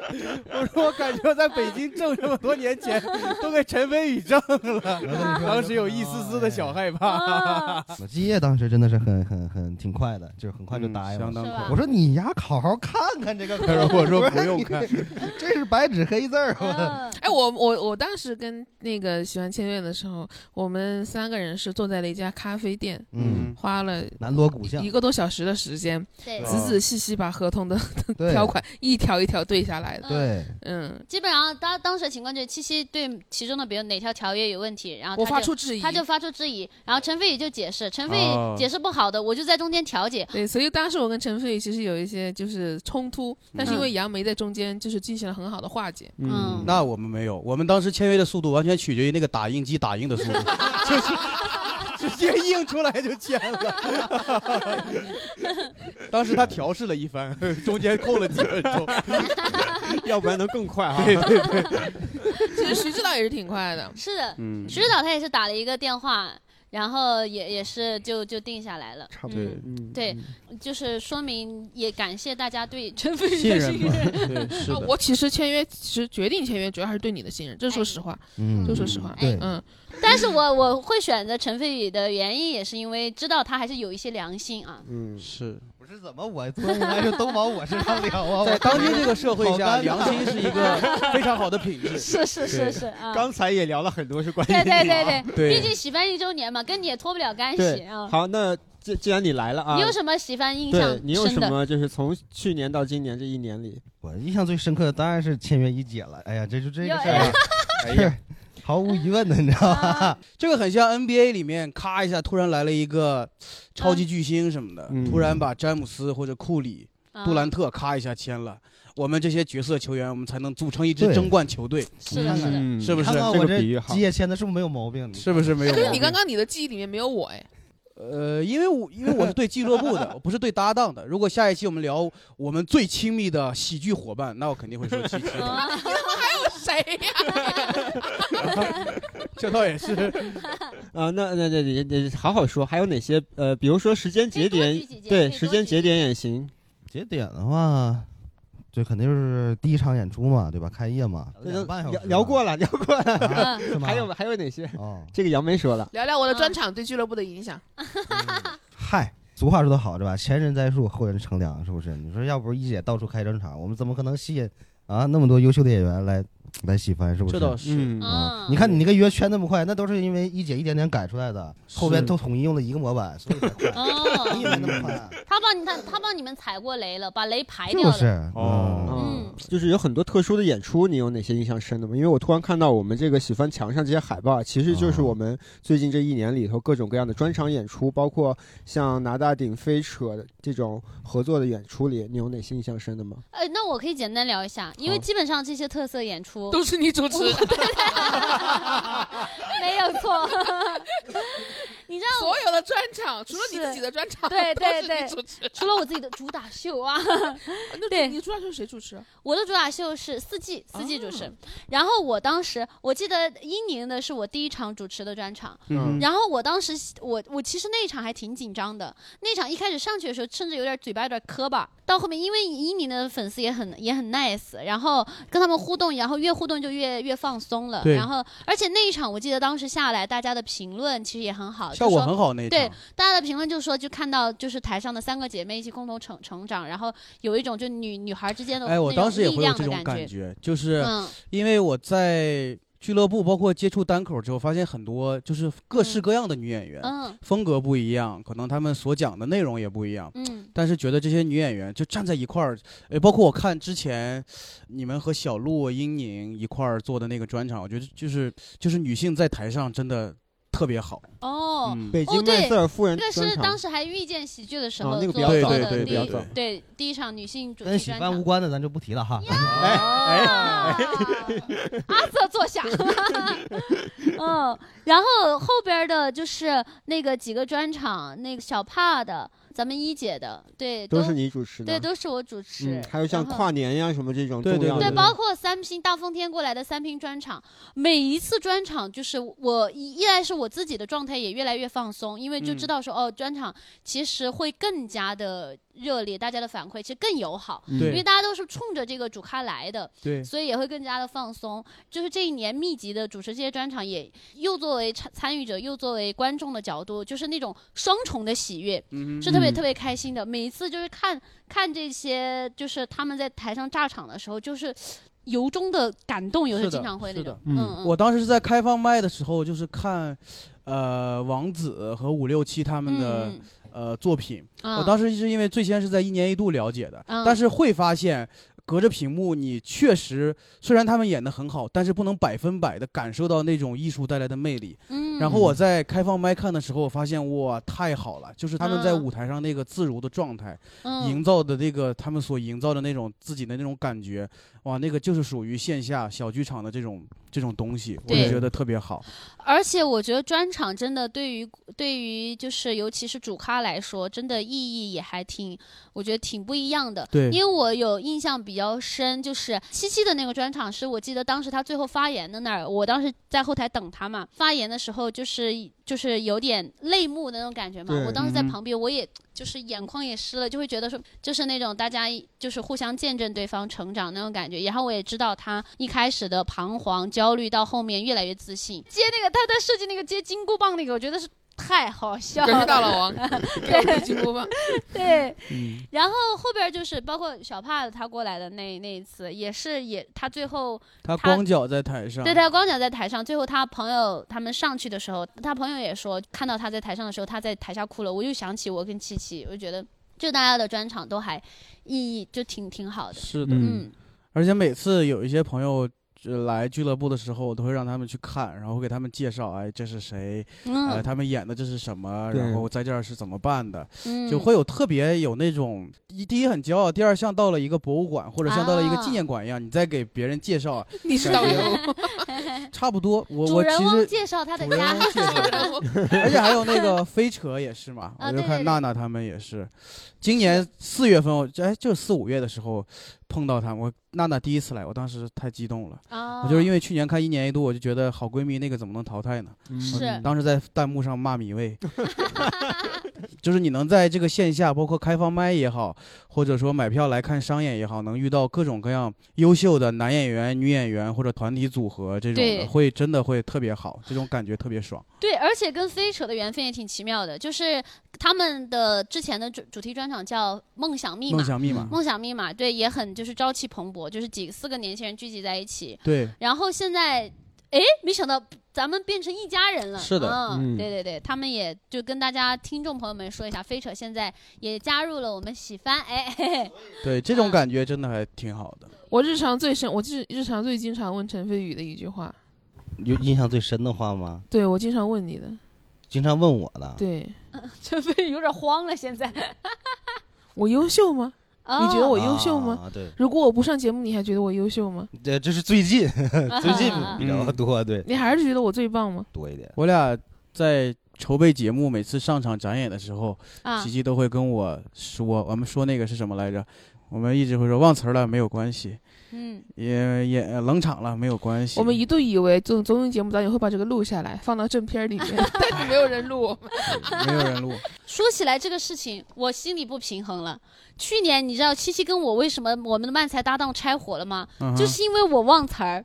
[SPEAKER 5] 我说我感觉我在北京挣这么多年钱都给陈飞宇挣
[SPEAKER 6] 啊
[SPEAKER 5] 了，当时有一丝丝的小害怕。
[SPEAKER 3] 啊，
[SPEAKER 6] 我基业当时真的是很很很挺快的，就是很快就
[SPEAKER 5] 嗯
[SPEAKER 6] 答应
[SPEAKER 5] 相
[SPEAKER 6] 了。
[SPEAKER 5] 当
[SPEAKER 3] 是
[SPEAKER 5] 快
[SPEAKER 3] 吧
[SPEAKER 6] 我说你呀，好好看看 这个
[SPEAKER 5] 他说
[SPEAKER 6] 梗，
[SPEAKER 5] 我说不用看，
[SPEAKER 6] 这是白纸黑字儿。我
[SPEAKER 3] 嗯
[SPEAKER 4] 哎，我我我当时跟那个喜欢签约的时候，我们三个人是坐在了一家咖啡店，
[SPEAKER 6] 嗯，
[SPEAKER 4] 花了
[SPEAKER 6] 南锣鼓巷
[SPEAKER 4] 一，个多小时的时间，
[SPEAKER 3] 对
[SPEAKER 5] 啊
[SPEAKER 4] 仔仔细细把合同的
[SPEAKER 6] 对
[SPEAKER 4] 条款一条一条对下来的。
[SPEAKER 6] 对，
[SPEAKER 4] 嗯，
[SPEAKER 3] 基本上当当时的情况就是七七对其中的比如哪条条约有问题，然后
[SPEAKER 4] 我
[SPEAKER 3] 他
[SPEAKER 4] 发
[SPEAKER 3] 就
[SPEAKER 4] 出质疑，
[SPEAKER 3] 他就发出质疑，然后陈飞宇就解释，陈飞
[SPEAKER 5] 哦
[SPEAKER 3] 宇解释不好的，我就在中间调解。
[SPEAKER 4] 对，所以当时我跟陈飞宇其实有一些就是冲突，但是因为杨梅在中间就是进行了很好的化解。
[SPEAKER 3] 嗯，
[SPEAKER 5] 那我们没有，我们当时签约的速度完全取决于那个打印机打印的速度，就是直 接印出来就签了。当时他调试了一番，中间扣了几分钟。
[SPEAKER 2] 要不然能更快啊。
[SPEAKER 4] 其实徐指导也是挺快的
[SPEAKER 3] 是的，
[SPEAKER 5] 嗯
[SPEAKER 3] 徐指导他也是打了一个电话，然后也也是就就定下来了。
[SPEAKER 2] 差不多
[SPEAKER 3] 嗯，
[SPEAKER 2] 嗯，
[SPEAKER 3] 对
[SPEAKER 2] 嗯，
[SPEAKER 3] 就是说明也感谢大家对陈飞宇
[SPEAKER 5] 信
[SPEAKER 3] 的
[SPEAKER 5] 任
[SPEAKER 3] 信
[SPEAKER 5] 嘛，
[SPEAKER 3] 任。
[SPEAKER 5] 对，是
[SPEAKER 4] 啊
[SPEAKER 5] 的。
[SPEAKER 4] 我其实签约，其实决定签约主要还是对你的信任，这是说实话，
[SPEAKER 6] 嗯，
[SPEAKER 4] 这是说实话。
[SPEAKER 6] 对，
[SPEAKER 4] 嗯，
[SPEAKER 3] 但是我我会选择陈飞宇的原因，也是因为知道他还是有一些良心啊。
[SPEAKER 2] 嗯，
[SPEAKER 5] 是
[SPEAKER 6] 不是怎么我从来就都往我身上聊 啊？
[SPEAKER 5] 在
[SPEAKER 6] 我
[SPEAKER 5] 当今这个社会下，
[SPEAKER 6] 好尴尬
[SPEAKER 5] 良心是一个非常好的品质。
[SPEAKER 3] 是是是
[SPEAKER 5] 对
[SPEAKER 3] 是啊，
[SPEAKER 2] 刚才也聊了很多是关于
[SPEAKER 3] 对对
[SPEAKER 2] 你
[SPEAKER 3] 对
[SPEAKER 2] 啊
[SPEAKER 3] 对，毕
[SPEAKER 5] 对
[SPEAKER 3] 竟，喜欢一周年嘛，跟你也脱不了干系
[SPEAKER 2] 对
[SPEAKER 3] 啊。
[SPEAKER 2] 好，那既既然你来了啊，
[SPEAKER 3] 你有什么喜欢印象
[SPEAKER 2] 对你有
[SPEAKER 3] 深
[SPEAKER 2] 什
[SPEAKER 3] 的？
[SPEAKER 2] 么就是从去年到今年这一年里，
[SPEAKER 6] 我印象最深刻的当然是签约一姐了。哎呀，这就这个
[SPEAKER 3] 哟
[SPEAKER 6] 事 儿啊，哎呀，毫无疑问的，你知道吧？
[SPEAKER 5] 这个很像 NBA 里面，咔一下突然来了一个超级巨星什么的，
[SPEAKER 2] 嗯
[SPEAKER 5] 突然把詹姆斯或者库里
[SPEAKER 3] 啊
[SPEAKER 5] 杜兰特咔一下签了，我们这些角色球员，我们才能组成一支
[SPEAKER 6] 对
[SPEAKER 5] 争冠球队，
[SPEAKER 3] 是的，是的，
[SPEAKER 2] 嗯
[SPEAKER 5] 是不
[SPEAKER 6] 你
[SPEAKER 5] 是
[SPEAKER 6] 看？看
[SPEAKER 2] 这
[SPEAKER 6] 我
[SPEAKER 2] 个
[SPEAKER 6] 这
[SPEAKER 2] 比喻好
[SPEAKER 6] 基业签的是不是没有毛病？
[SPEAKER 5] 是不是没有
[SPEAKER 4] 可是
[SPEAKER 5] 毛
[SPEAKER 4] 你
[SPEAKER 5] 病？
[SPEAKER 4] 刚刚你的记忆里面没有我哎，
[SPEAKER 5] 呃，因为我因为我是对俱乐部的，我不是对搭档的。 如果下一期我们聊我们最亲密的喜剧伙伴，那我肯定会说七七。
[SPEAKER 3] 哦
[SPEAKER 4] 谁呀、
[SPEAKER 5] 这倒也是，
[SPEAKER 2] 啊，那那那那那好好说，还有哪些呃，比如说时间节
[SPEAKER 3] 可以
[SPEAKER 2] 点
[SPEAKER 3] 哎多举几，件可以
[SPEAKER 2] 对，
[SPEAKER 3] 多
[SPEAKER 2] 时间
[SPEAKER 3] 举
[SPEAKER 2] 节点也行。
[SPEAKER 6] 节点的话，这肯定是第一场演出嘛，对吧？开业嘛，
[SPEAKER 2] 这
[SPEAKER 6] 两
[SPEAKER 2] 都
[SPEAKER 6] 个半小时
[SPEAKER 2] 聊
[SPEAKER 6] 吧
[SPEAKER 2] 聊过了，聊过 了，
[SPEAKER 6] 啊是吗？
[SPEAKER 2] 还有还有哪些？
[SPEAKER 6] 哦，
[SPEAKER 2] 这个杨梅说了，
[SPEAKER 4] 聊聊我的专场对俱乐部的影响。
[SPEAKER 6] 嗨，俗话说得好，是吧？前人栽树，后人乘凉，是不是？你说要不是一姐到处开专场，我们怎么可能吸引啊那么多优秀的演员来来喜欢？是不是？
[SPEAKER 5] 这倒是。
[SPEAKER 2] 嗯，
[SPEAKER 6] 啊
[SPEAKER 3] 嗯！
[SPEAKER 6] 你看你那个约圈那么快，那都是因为一姐一点点改出来的，后边都统一用了一个模板，所以才快。 你以
[SPEAKER 3] 哦，
[SPEAKER 6] 为那么快？啊
[SPEAKER 3] 他帮你他他帮你们踩过雷了，把雷排掉
[SPEAKER 6] 就
[SPEAKER 3] 了。
[SPEAKER 6] 是，
[SPEAKER 5] 哦
[SPEAKER 6] 嗯，
[SPEAKER 2] 嗯
[SPEAKER 3] 嗯，
[SPEAKER 2] 就是有很多特殊的演出，你有哪些印象深的吗？因为我突然看到我们这个喜欢墙上这些海报，啊其实就是
[SPEAKER 6] 哦
[SPEAKER 2] 我们最近这一年里头各种各样的专场演出，包括像拿大顶飞扯这种合作的演出里，你有哪些印象深的吗？
[SPEAKER 3] 呃，那我可以简单聊一下，因为
[SPEAKER 2] 好
[SPEAKER 3] 基本上这些特色演出
[SPEAKER 4] 都是你主持，
[SPEAKER 3] 没有错。 你知道我
[SPEAKER 4] 所有的专场除了你自己的专场，
[SPEAKER 3] 对对
[SPEAKER 4] 都是你主持。
[SPEAKER 3] 除了我自己的主打秀啊，
[SPEAKER 4] 那
[SPEAKER 3] 对
[SPEAKER 4] 你主要是谁主持 啊？
[SPEAKER 3] 我的主打秀是四季，四季
[SPEAKER 5] 哦
[SPEAKER 3] 主持。然后我当时我记得伊宁的是我第一场主持的专场，
[SPEAKER 2] 嗯
[SPEAKER 3] 然后我当时我我其实那一场还挺紧张的，那场一开始上去的时候，甚至有点嘴巴有点磕巴。到后面，因为伊宁的粉丝也很也很 nice，然后跟他们互动，然后越互动就越越放松了。
[SPEAKER 5] 对
[SPEAKER 3] 然后，而且那一场我记得当时下来，大家的评论其实也很好，
[SPEAKER 5] 效果
[SPEAKER 3] 就说
[SPEAKER 5] 很好那一
[SPEAKER 3] 对
[SPEAKER 5] 场，
[SPEAKER 3] 大家的评论就说，就看到就是台上的三个姐妹一起共同成成长，然后有一种就女女孩之间的
[SPEAKER 5] 哎，我
[SPEAKER 3] 那种
[SPEAKER 5] 当时也
[SPEAKER 3] 嗯力
[SPEAKER 5] 会有
[SPEAKER 3] 量
[SPEAKER 5] 这
[SPEAKER 3] 的
[SPEAKER 5] 种
[SPEAKER 3] 感
[SPEAKER 5] 感。觉，就是
[SPEAKER 3] 嗯，
[SPEAKER 5] 因为我在俱乐部，包括接触单口之后，发现很多就是各式各样的女演员，
[SPEAKER 3] 嗯
[SPEAKER 5] 风格不一样，可能她们所讲的内容也不一样。
[SPEAKER 3] 嗯
[SPEAKER 5] 但是觉得这些女演员就站在一块儿，呃，包括我看之前你们和小鹿、英宁一块儿做的那个专场，我觉得就是就是女性在台上真的特别好。
[SPEAKER 3] 哦，
[SPEAKER 5] 嗯，
[SPEAKER 2] 北京
[SPEAKER 3] 哦对
[SPEAKER 2] 麦瑟尔夫人
[SPEAKER 3] 这个
[SPEAKER 2] 专
[SPEAKER 3] 是
[SPEAKER 2] 场
[SPEAKER 3] 当时还遇见喜剧的时
[SPEAKER 2] 哦
[SPEAKER 3] 候
[SPEAKER 2] 那个
[SPEAKER 3] 做
[SPEAKER 2] 比
[SPEAKER 3] 做
[SPEAKER 2] 较
[SPEAKER 3] 的
[SPEAKER 5] 早
[SPEAKER 3] 第
[SPEAKER 5] 对对
[SPEAKER 3] 一
[SPEAKER 5] 比较早
[SPEAKER 3] 对第一场女性主
[SPEAKER 6] 跟
[SPEAKER 3] 题
[SPEAKER 6] 喜
[SPEAKER 3] 专
[SPEAKER 6] 欢无
[SPEAKER 3] 场。哦
[SPEAKER 6] 关的咱就不提 了哈。
[SPEAKER 5] 哎
[SPEAKER 2] 哎
[SPEAKER 3] 啊 阿瑟坐 下。嗯，然后后边的就是那个几个专场，那个小帕的，咱们一姐的，对，
[SPEAKER 2] 都是你主持的，
[SPEAKER 3] 对，都是我主持
[SPEAKER 2] 嗯，。还有像
[SPEAKER 3] 然后
[SPEAKER 2] 跨年呀什么这种
[SPEAKER 5] 对
[SPEAKER 2] 重
[SPEAKER 5] 对
[SPEAKER 2] 要的
[SPEAKER 3] 对，
[SPEAKER 2] 那
[SPEAKER 3] 包
[SPEAKER 2] 种
[SPEAKER 3] 括三拼大风天过来的三拼专场，每一次专场就是我依然是我自己的状态也越来越放松，因为就
[SPEAKER 5] 嗯
[SPEAKER 3] 知道说、哦，专场其实会更加的热烈，大家的反馈其实更友好。
[SPEAKER 2] 嗯
[SPEAKER 5] 对
[SPEAKER 3] 因为大家都是冲着这个主咖来的，
[SPEAKER 5] 对，
[SPEAKER 3] 所以也会更加的放松。就是这一年密集的主持这些专场，也又作为参参与者，又作为观众的角度，就是那种双重的喜悦。
[SPEAKER 5] 嗯
[SPEAKER 3] 是特别
[SPEAKER 2] 嗯
[SPEAKER 3] 特别开心的。每一次就是看看这些，就是他们在台上炸场的时候，就是由衷的感动，有时
[SPEAKER 5] 是
[SPEAKER 3] 候
[SPEAKER 5] 的
[SPEAKER 3] 经常会那
[SPEAKER 5] 是的
[SPEAKER 3] 种。
[SPEAKER 2] 嗯
[SPEAKER 3] 嗯，
[SPEAKER 5] 我当时是在开放麦的时候，就是看，呃，王子和五六七他们的、
[SPEAKER 3] 嗯
[SPEAKER 5] 呃作品，
[SPEAKER 3] 嗯
[SPEAKER 5] 我当时是因为最先是在一年一度了解的，
[SPEAKER 3] 嗯
[SPEAKER 5] 但是会发现隔着屏幕，你确实虽然他们演的很好，但是不能百分百的感受到那种艺术带来的魅力。
[SPEAKER 3] 嗯，
[SPEAKER 5] 然后我在开放麦看的时候，我发现哇，太好了！就是他们在
[SPEAKER 3] 嗯
[SPEAKER 5] 舞台上那个自如的状态，
[SPEAKER 3] 嗯
[SPEAKER 5] 营造的那个他们所营造的那种自己的那种感觉，哇，那个就是属于线下小剧场的这种这种东西，我就
[SPEAKER 3] 对
[SPEAKER 5] 觉得特别好。
[SPEAKER 3] 而且我觉得专场真的对于对于就是尤其是主咖来说，真的意义也还挺，我觉得挺不一样的。
[SPEAKER 5] 对
[SPEAKER 3] 因为我有印象比较深，就是七七的那个专场，是我记得当时他最后发言的那儿，我当时在后台等他嘛，发言的时候就是就是有点泪目的那种感觉嘛
[SPEAKER 2] 对，
[SPEAKER 3] 我当时在
[SPEAKER 5] 嗯哼
[SPEAKER 3] 旁边我也。就是眼眶也湿了，就会觉得说，就是那种大家一就是互相见证对方成长那种感觉。然后我也知道他一开始的彷徨、焦虑，到后面越来越自信。接那个他在设计那个接金箍棒那个，我觉得是太好笑
[SPEAKER 4] 感谢大
[SPEAKER 3] 了。
[SPEAKER 4] 老王，对，金箍棒，
[SPEAKER 3] 对，
[SPEAKER 5] 嗯，
[SPEAKER 3] 然后后边就是包括小帕他过来的那那一次，也是也他最后
[SPEAKER 5] 他
[SPEAKER 3] 他
[SPEAKER 5] 光脚在台上，
[SPEAKER 3] 对他光脚在台上，最后他朋友他们上去的时候，他朋友也说看到他在台上的时候，他在台下哭了。我就想起我跟七七，我就觉得就大家的专场都还意义就挺挺好的。
[SPEAKER 5] 是的，
[SPEAKER 2] 嗯
[SPEAKER 3] 嗯，
[SPEAKER 5] 而且每次有一些朋友。就来俱乐部的时候，我都会让他们去看，然后会给他们介绍，哎，这是谁，呃，
[SPEAKER 3] 嗯
[SPEAKER 5] 他们演的这是什么，
[SPEAKER 2] 对
[SPEAKER 5] 然后在这儿是怎么办的，
[SPEAKER 3] 嗯，
[SPEAKER 5] 就会有特别有那种一第一很骄傲，第二像到了一个博物馆或者像到了一个
[SPEAKER 3] 啊
[SPEAKER 5] 纪念馆一样，你再给别人介绍，
[SPEAKER 4] 你是导游，
[SPEAKER 5] 差不多。我
[SPEAKER 3] 主
[SPEAKER 5] 我
[SPEAKER 3] 人
[SPEAKER 5] 其
[SPEAKER 3] 翁
[SPEAKER 5] 实
[SPEAKER 3] 介绍他的
[SPEAKER 5] 主人
[SPEAKER 3] 家，
[SPEAKER 5] 翁 介绍的，而且还有那个飞车也是嘛，
[SPEAKER 3] 啊
[SPEAKER 5] 我就
[SPEAKER 3] 对对
[SPEAKER 5] 看
[SPEAKER 3] 对
[SPEAKER 5] 娜娜他们也是，今年四月份我哎就四五月的时候碰到他们，我娜娜第一次来，我当时太激动了，
[SPEAKER 3] 我
[SPEAKER 5] 我就是因为去年看一年一度，我就觉得好闺蜜那个怎么能淘汰呢？
[SPEAKER 2] 嗯
[SPEAKER 3] 是
[SPEAKER 5] 当时在弹幕上骂米未， 就是你能在这个线下，包括开放麦也好，或者说买票来看商演也好，能遇到各种各样优秀的男演员、女演员或者团体组合这种
[SPEAKER 3] 对
[SPEAKER 5] 的，会真的会特别好，这种感觉特别爽。
[SPEAKER 3] 对，而且跟飞扯的缘分也挺奇妙的，就是他们的之前的主主题专场叫《梦想密码嗯
[SPEAKER 5] 梦》，想密码，
[SPEAKER 3] 梦想密码对也很就是朝气蓬勃，就是几四个年轻人聚集在一起，
[SPEAKER 5] 对，
[SPEAKER 3] 然后现在哎，没想到咱们变成一家人了，
[SPEAKER 5] 是的
[SPEAKER 3] 嗯，
[SPEAKER 2] 嗯
[SPEAKER 3] 对对对，他们也就跟大家听众朋友们说一下，飞扯现在也加入了我们喜番，哎，嘿嘿
[SPEAKER 5] 对，这种感觉真的还挺好的。
[SPEAKER 4] 我日常最深，我日日常最经常问陈飞宇的一句话，
[SPEAKER 6] 有印象最深的话吗？
[SPEAKER 4] 对我经常问你的，
[SPEAKER 6] 经常问我的，
[SPEAKER 4] 对
[SPEAKER 3] 陈飞有点慌了，现在，
[SPEAKER 4] 我优秀吗？
[SPEAKER 3] 哦、
[SPEAKER 4] 觉得我优秀吗
[SPEAKER 6] 啊？对，
[SPEAKER 4] 如果我不上节目，你还觉得我优秀吗？
[SPEAKER 6] 这这是 最近最近
[SPEAKER 3] 啊
[SPEAKER 6] 比较多，对，
[SPEAKER 4] 你还是觉得我最棒吗？
[SPEAKER 6] 多一点。
[SPEAKER 5] 我俩在筹备节目，每次上场展演的时候，
[SPEAKER 3] 啊
[SPEAKER 5] 琪琪都会跟我说，我们说那个是什么来着？我们一直会说忘词儿了没有关系，
[SPEAKER 3] 嗯，
[SPEAKER 5] 也也呃冷场了没有关系。
[SPEAKER 4] 我们一度以为综综艺节目导演会把这个录下来放到正片儿里 面，但是没有人录哦我们。
[SPEAKER 5] 没有 人录，
[SPEAKER 3] 说起来这个事情，我心里不平衡了。去年你知道七七跟我为什么我们的漫才搭档拆伙了吗？
[SPEAKER 5] 嗯哼
[SPEAKER 3] 就是因为我忘词儿，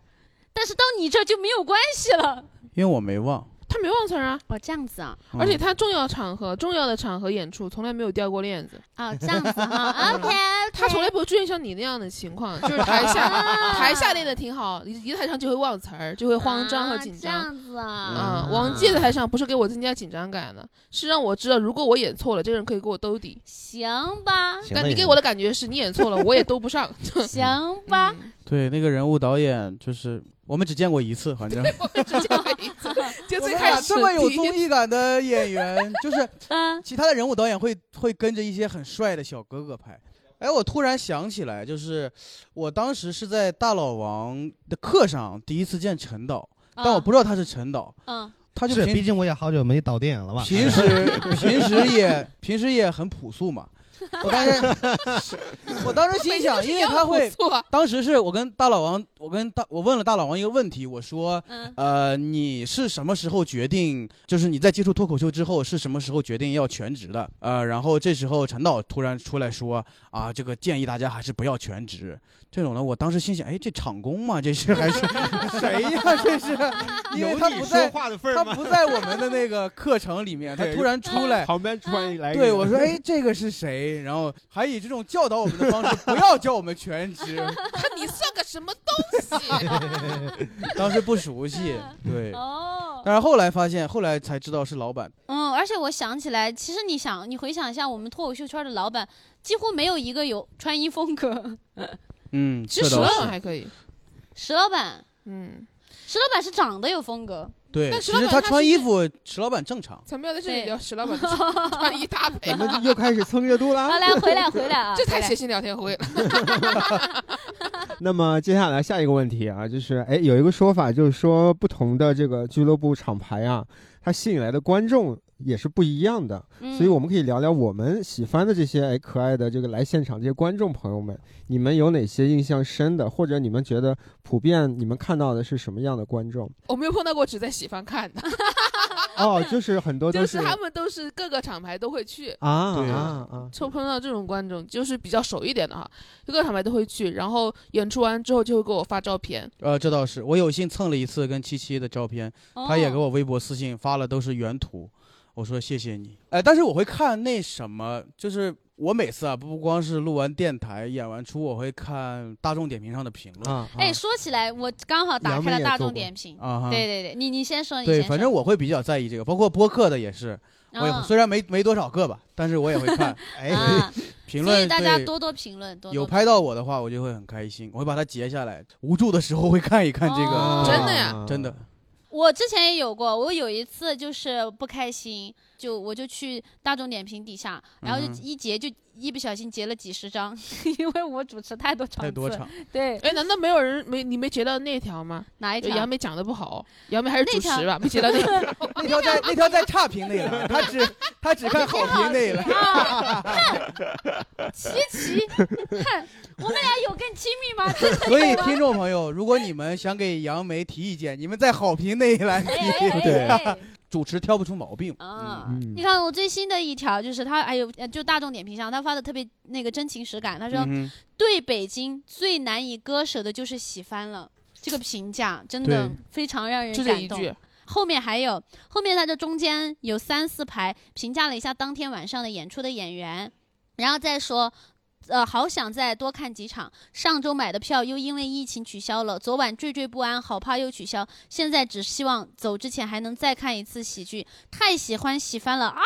[SPEAKER 3] 但是到你这儿就没有关系了。
[SPEAKER 5] 因为我没忘，
[SPEAKER 4] 他没忘词儿啊，
[SPEAKER 3] 哦，这样子啊，
[SPEAKER 5] 嗯
[SPEAKER 4] 而且他重要场合、重要的场合演出从来没有掉过链子，
[SPEAKER 3] 啊、这样子 哈，OK，
[SPEAKER 4] 他从来
[SPEAKER 5] 啊
[SPEAKER 4] 不会出现像你那样的情况，就是台 下台下练的挺好，一一台上就会忘词儿，就会慌张和紧
[SPEAKER 3] 啊、
[SPEAKER 4] 张
[SPEAKER 3] 这。样子
[SPEAKER 5] 嗯
[SPEAKER 3] 啊，
[SPEAKER 4] 啊，王介在台上不是给我增加紧张感的，是让我知道如果我演错了，这个人可以给我兜底。
[SPEAKER 3] 行 吧，
[SPEAKER 6] 行
[SPEAKER 4] 但
[SPEAKER 6] 那
[SPEAKER 4] 你
[SPEAKER 6] 也，
[SPEAKER 4] 给我的感觉是你演错了，我也兜不上。
[SPEAKER 3] 行吧，
[SPEAKER 4] 嗯
[SPEAKER 5] 对那个人物导演就是我们只见过一次，反正
[SPEAKER 4] 就
[SPEAKER 5] 我
[SPEAKER 4] 最
[SPEAKER 5] 们
[SPEAKER 4] 开
[SPEAKER 5] 俩
[SPEAKER 4] 始
[SPEAKER 5] 这么有
[SPEAKER 4] 第一
[SPEAKER 5] 综艺感的演员，就是
[SPEAKER 3] 嗯
[SPEAKER 5] 其他的人物导演会会跟着一些很帅的小哥哥拍。哎，我突然想起来，就是我当时是在大老王的课上第一次见陈导，
[SPEAKER 3] 啊，
[SPEAKER 5] 但我不知道他是陈导，
[SPEAKER 3] 嗯
[SPEAKER 5] 他就是平
[SPEAKER 6] 毕竟我也好久没导电影了吧？
[SPEAKER 5] 平时平时也平时也很朴素嘛。我当时我当时心想，因为他会
[SPEAKER 4] 不错啊
[SPEAKER 5] 当时是我跟大老王，我跟大我问了大老王一个问题，我说，
[SPEAKER 3] 嗯
[SPEAKER 5] 呃，你是什么时候决定，就是你在接触脱口秀之后是什么时候决定要全职的？呃，然后这时候陈导突然出来说，啊，这个建议大家还是不要全职这种呢。我当时心想，哎，这场工嘛，这是还 是谁呀、这是，
[SPEAKER 3] 啊
[SPEAKER 5] 因为他不在。
[SPEAKER 2] 话的份
[SPEAKER 5] 他？不在我们的那个课程里面，他
[SPEAKER 2] 对
[SPEAKER 5] 突然出来，
[SPEAKER 2] 旁边
[SPEAKER 3] 啊
[SPEAKER 2] 突然来一个
[SPEAKER 5] 对，
[SPEAKER 2] 人
[SPEAKER 5] 我说， 哎，这个是谁？然后还以这种教导我们的方式，不要叫我们全职。
[SPEAKER 4] 看你算个什么东西？
[SPEAKER 5] 当时不 熟悉，对。
[SPEAKER 3] 哦，
[SPEAKER 5] 但是后来发现，后来才知道是老板。
[SPEAKER 3] 嗯，而且我想起来，其实你想，你回想一下，我们脱口秀圈的老板几乎没有一个有穿衣风格。
[SPEAKER 5] 嗯，
[SPEAKER 4] 其实
[SPEAKER 5] 这
[SPEAKER 4] 石
[SPEAKER 5] 倒
[SPEAKER 4] 老
[SPEAKER 5] 是
[SPEAKER 4] 板还可以，
[SPEAKER 3] 石老板，
[SPEAKER 4] 嗯，
[SPEAKER 3] 石老板是长得有风格，
[SPEAKER 5] 对，
[SPEAKER 4] 但石
[SPEAKER 5] 其
[SPEAKER 4] 老
[SPEAKER 5] 实
[SPEAKER 4] 板
[SPEAKER 5] 他
[SPEAKER 4] 他
[SPEAKER 5] 穿
[SPEAKER 4] 是
[SPEAKER 5] 衣服，石老板正常。
[SPEAKER 4] 咱们要在这里
[SPEAKER 3] 对
[SPEAKER 4] 聊石老板 的穿衣搭配
[SPEAKER 2] 咱，们又开始蹭热
[SPEAKER 5] 啊
[SPEAKER 2] 度
[SPEAKER 3] 好
[SPEAKER 2] 啦。
[SPEAKER 3] 来回来回来 啊，
[SPEAKER 4] 这太
[SPEAKER 3] 回来
[SPEAKER 4] 谐星聊天会了。
[SPEAKER 3] 啊
[SPEAKER 2] 那么接下来下一个问题啊，就是哎，有一个说法就是说，不同的这个俱乐部厂牌啊，它吸引来的观众也是不一样的。
[SPEAKER 3] 嗯
[SPEAKER 2] 所以我们可以聊聊我们喜欢的这些哎可爱的这个来现场这些观众朋友们，你们有哪些印象深的，或者你们觉得普遍你们看到的是什么样的观众？
[SPEAKER 4] 我没有碰到过只在喜欢看的，
[SPEAKER 2] 哦，就是很多
[SPEAKER 4] 就
[SPEAKER 2] 都
[SPEAKER 4] 是他们都是各个厂牌都会去。
[SPEAKER 2] 啊
[SPEAKER 5] 对
[SPEAKER 2] 啊啊！
[SPEAKER 4] 就碰到这种观众，就是比较熟一点的哈，各个厂牌都会去，然后演出完之后就会给我发照片，
[SPEAKER 5] 呃，这倒是，我有幸蹭了一次跟七七的照片，
[SPEAKER 3] 哦
[SPEAKER 5] 他也给我微博私信发了，都是原图。我说谢谢你。哎，但是我会看那什么，就是我每次啊，不光是录完电台、演完出，我会看大众点评上的评论。
[SPEAKER 2] 啊，
[SPEAKER 3] 哎，
[SPEAKER 2] 啊
[SPEAKER 3] 说起来，我刚好打
[SPEAKER 2] 杨
[SPEAKER 3] 开
[SPEAKER 2] 幂
[SPEAKER 3] 了
[SPEAKER 2] 也
[SPEAKER 3] 大
[SPEAKER 2] 做
[SPEAKER 3] 众
[SPEAKER 2] 过
[SPEAKER 3] 点评。
[SPEAKER 5] 啊哈，
[SPEAKER 3] 嗯对对对，你你先说，你
[SPEAKER 5] 对，
[SPEAKER 3] 先
[SPEAKER 5] 反
[SPEAKER 3] 说
[SPEAKER 5] 正我会比较在意这个，包括播客的也是，我也
[SPEAKER 3] 嗯
[SPEAKER 5] 虽然没没多少个吧，但是我也会看。
[SPEAKER 6] 哎，
[SPEAKER 3] 啊，
[SPEAKER 5] 评
[SPEAKER 3] 所以
[SPEAKER 5] 论
[SPEAKER 3] 大家
[SPEAKER 5] 对
[SPEAKER 3] 多多评论，多多
[SPEAKER 5] 有
[SPEAKER 3] 评
[SPEAKER 5] 拍到我的话，我就会很开心，我会把它截下来。无助的时候会看一看这个，
[SPEAKER 3] 哦
[SPEAKER 4] 真的
[SPEAKER 2] 啊
[SPEAKER 4] 呀
[SPEAKER 5] 真的。
[SPEAKER 3] 我之前也有过，我有一次就是不开心，就我就去大众点评底下，然后就
[SPEAKER 5] 嗯
[SPEAKER 3] 一截就一不小心截了几十张， 因为我主持太多场次，
[SPEAKER 5] 太多场，
[SPEAKER 3] 对
[SPEAKER 4] 哎，难道没有人没你没截到那条吗？
[SPEAKER 3] 哪一
[SPEAKER 4] 就杨
[SPEAKER 3] 条？
[SPEAKER 4] 梅讲的不好，哦杨梅还是
[SPEAKER 3] 那
[SPEAKER 4] 主
[SPEAKER 3] 条
[SPEAKER 4] 持吧，没截到那条。
[SPEAKER 5] 那条在那条在差评内了，他只他只看好评内了。
[SPEAKER 3] 啊 琪琪，看我们俩有更亲密 吗？真的
[SPEAKER 5] 所以
[SPEAKER 3] 有吗
[SPEAKER 5] 听众朋友，如果你们想给杨梅提意见，你们在好评内来提，
[SPEAKER 3] 哎哎
[SPEAKER 5] 对
[SPEAKER 3] 哎 哎
[SPEAKER 5] 主持挑不出毛病。
[SPEAKER 3] 啊
[SPEAKER 5] 嗯，
[SPEAKER 2] 嗯
[SPEAKER 3] 你看我最新的一条就是他，还有呃就大众点评上他发的特别那个真情实感，他说、
[SPEAKER 5] 嗯哼
[SPEAKER 3] 对北京最难以割舍的就是喜欢了。这个评价真的
[SPEAKER 5] 对
[SPEAKER 3] 非常让人
[SPEAKER 4] 就这
[SPEAKER 3] 感
[SPEAKER 4] 一
[SPEAKER 3] 动。
[SPEAKER 4] 句，
[SPEAKER 3] 后面还有，后面它这中间有三四排评价了一下当天晚上的演出的演员，然后再说。呃，好想再多看几场。上周买的票又因为疫情取消了，昨晚惴惴不安，好怕又取消。现在只希望走之前还能再看一次喜剧，太喜欢喜欢了啊！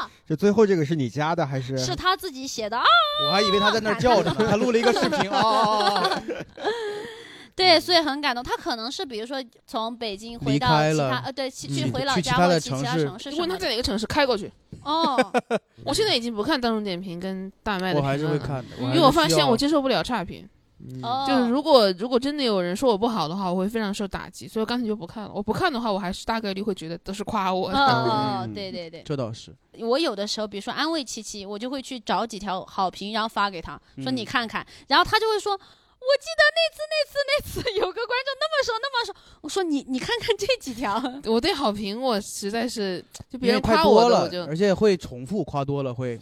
[SPEAKER 3] 啊
[SPEAKER 2] 这最后这个是你加的还是？
[SPEAKER 3] 是他自己写的啊，
[SPEAKER 5] 我还以为他在那儿叫着呢，他录了一个视频啊啊，啊啊
[SPEAKER 3] 对，所以很感动。他可能是比如说从北京回
[SPEAKER 5] 嗯离
[SPEAKER 3] 到
[SPEAKER 5] 开
[SPEAKER 3] 其
[SPEAKER 5] 了
[SPEAKER 3] 他呃，对，去
[SPEAKER 5] 嗯
[SPEAKER 3] 去回
[SPEAKER 5] 去
[SPEAKER 3] 老
[SPEAKER 5] 其
[SPEAKER 3] 家
[SPEAKER 5] 他
[SPEAKER 3] 或者
[SPEAKER 5] 的
[SPEAKER 3] 去
[SPEAKER 5] 城
[SPEAKER 3] 其他
[SPEAKER 5] 市
[SPEAKER 3] 城市什
[SPEAKER 4] 问
[SPEAKER 3] 么
[SPEAKER 4] 他
[SPEAKER 3] 的。
[SPEAKER 4] 在哪个城市开过去。
[SPEAKER 3] 哦，
[SPEAKER 4] 我现在已经不看大众点评跟大麦的
[SPEAKER 5] 我
[SPEAKER 4] 评论了，
[SPEAKER 5] 还是会看
[SPEAKER 4] 因
[SPEAKER 5] 的，
[SPEAKER 4] 为我发
[SPEAKER 5] 还是需
[SPEAKER 4] 现
[SPEAKER 5] 要
[SPEAKER 4] 我接受不了差评。
[SPEAKER 2] 嗯
[SPEAKER 3] 哦，
[SPEAKER 4] 就是如果如果真的有人说我不好的话，我会非常受打击，所以我干脆就不看了。我不看的话，我还是大概率会觉得都是夸我。
[SPEAKER 3] 哦哦，
[SPEAKER 5] 嗯
[SPEAKER 3] 对对对，
[SPEAKER 5] 这倒是，
[SPEAKER 3] 我有的时候，比如说安慰琪琪，我就会去找几条好评，然后发给他，说
[SPEAKER 5] 嗯
[SPEAKER 3] 你看看，然后他就会说。我记得那次、那次、那次有个观众那么说、那么说，我说你你看看这几条，
[SPEAKER 4] 我对好评我实在是就别
[SPEAKER 5] 因为
[SPEAKER 4] 人
[SPEAKER 5] 太
[SPEAKER 4] 夸我
[SPEAKER 5] 多
[SPEAKER 4] 的
[SPEAKER 5] 了
[SPEAKER 4] 我就，
[SPEAKER 5] 而且会重复夸多了会。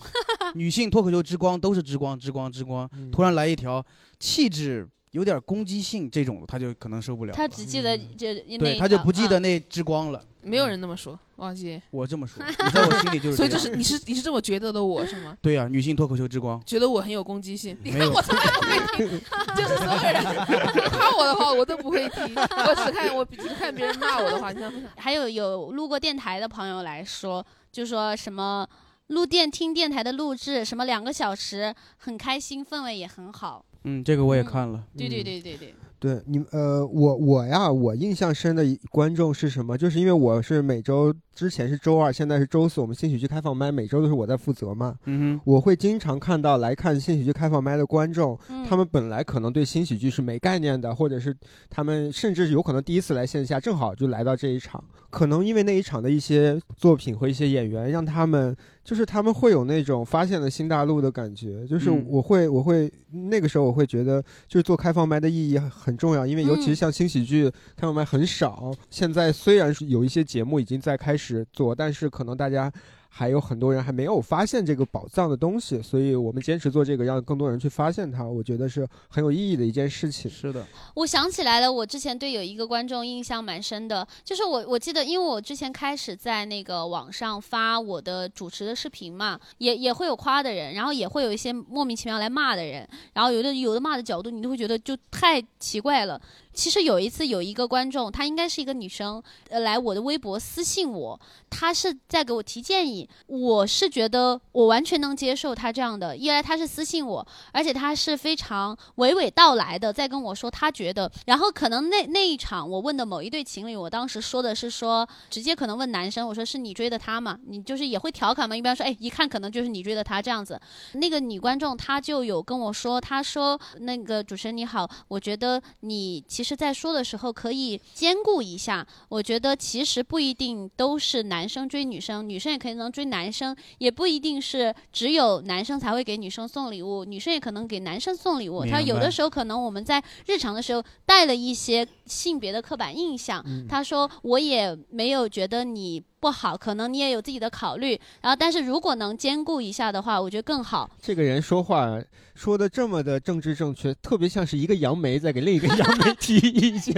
[SPEAKER 5] 女性脱口秀之光都是之光之光之光，
[SPEAKER 2] 嗯
[SPEAKER 5] 突然来一条气质有点攻击性这种，他就可能受不了
[SPEAKER 3] 他
[SPEAKER 5] 了。
[SPEAKER 3] 只记得
[SPEAKER 2] 嗯
[SPEAKER 3] 这那一
[SPEAKER 5] 对，他就
[SPEAKER 3] 条
[SPEAKER 5] 不记
[SPEAKER 3] 嗯
[SPEAKER 5] 得那之光了。
[SPEAKER 4] 没有人那么说，王姐。
[SPEAKER 5] 我这么说，你在我心 嗯里就是这
[SPEAKER 4] 所以就
[SPEAKER 5] 样。
[SPEAKER 4] 是你是你是这么觉得的我是吗？
[SPEAKER 5] 对呀、女性脱口秀之光。
[SPEAKER 4] 觉得我很有攻击性，你
[SPEAKER 5] 没
[SPEAKER 4] 看
[SPEAKER 5] 有
[SPEAKER 4] 我从来不会听，就是所有人夸我的话我都不会听，我只看我只看别人骂我的话，你知道
[SPEAKER 5] 嗯
[SPEAKER 4] 吗？
[SPEAKER 3] 还有有路过电台的朋友来说，就说什么录电听电台的录制，什么两个小时，很开心，氛围也很好。
[SPEAKER 5] 嗯，这个我也看了。
[SPEAKER 3] 对对
[SPEAKER 2] 嗯
[SPEAKER 3] 对对对，
[SPEAKER 2] 对你呃，我我呀，我印象深的一观众是什么？就是因为我是每周之前是周二，现在是周四，我们新喜剧开放麦每周都是我在负责嘛，
[SPEAKER 5] 嗯
[SPEAKER 2] 我会经常看到来看新喜剧开放麦的观众，
[SPEAKER 3] 嗯
[SPEAKER 2] 他们本来可能对新喜剧是没概念的，或者是他们甚至有可能第一次来线下，正好就来到这一场。可能因为那一场的一些作品和一些演员，让他们就是他们会有那种发现了新大陆的感觉。就是
[SPEAKER 5] 嗯
[SPEAKER 2] 我会，我会那个时候我会觉得，就是做开放麦的意义很重要，因为尤其
[SPEAKER 3] 嗯
[SPEAKER 2] 是像新喜剧开放麦很少。现在虽然是有一些节目已经在开始做，但是可能大家还有很多人还没有发现这个宝藏的东西，所以我们坚持做这个，让更多人去发现它，我觉得是很有意义的一件事
[SPEAKER 5] 哼，
[SPEAKER 2] 情。
[SPEAKER 5] 是的，
[SPEAKER 3] 我想起来了，我之前对有一个观众印象蛮深的，就是我我记得，因为我之前开始在那个网上发我的主持的视频嘛，也也会有夸的人，然后也会有一些莫名其妙来骂的人，然后有的有的骂的角度，你都会觉得就太奇怪了。其实有一次有一个观众，她应该是一个女生，呃，来我的微博私信我，她是在给我提建议，我是觉得我完全能接受她这样的，一来她是私信我，而且他是非常娓娓道来的在跟我说他觉得，然后可能那那一场我问的某一对情侣，我当时说的是说直接可能问男生，我说是你追的他吗？你就是也会调侃嘛，一般说哎一看可能就是你追的他这样子。那个女观众她就有跟我说，她说那个主持人你好，我觉得你其实在说的时候可以兼顾一下，我觉得其实不一定都是男生追女生，女生也可以能追男生，也不一定是只有男生才会给女生送礼物，女生也可能给男生送礼物。
[SPEAKER 5] 明
[SPEAKER 3] 他有的
[SPEAKER 5] 白
[SPEAKER 3] 时候可能我们在日常的时候带了一些性别的刻板印象。
[SPEAKER 2] 嗯
[SPEAKER 3] 他说我也没有觉得你不好，可能你也有自己的考虑。然后，但是如果能兼顾一下的话，我觉得更好。
[SPEAKER 2] 这个人说话说的这么的政治正确，特别像是一个杨梅在给另一个杨梅提意见。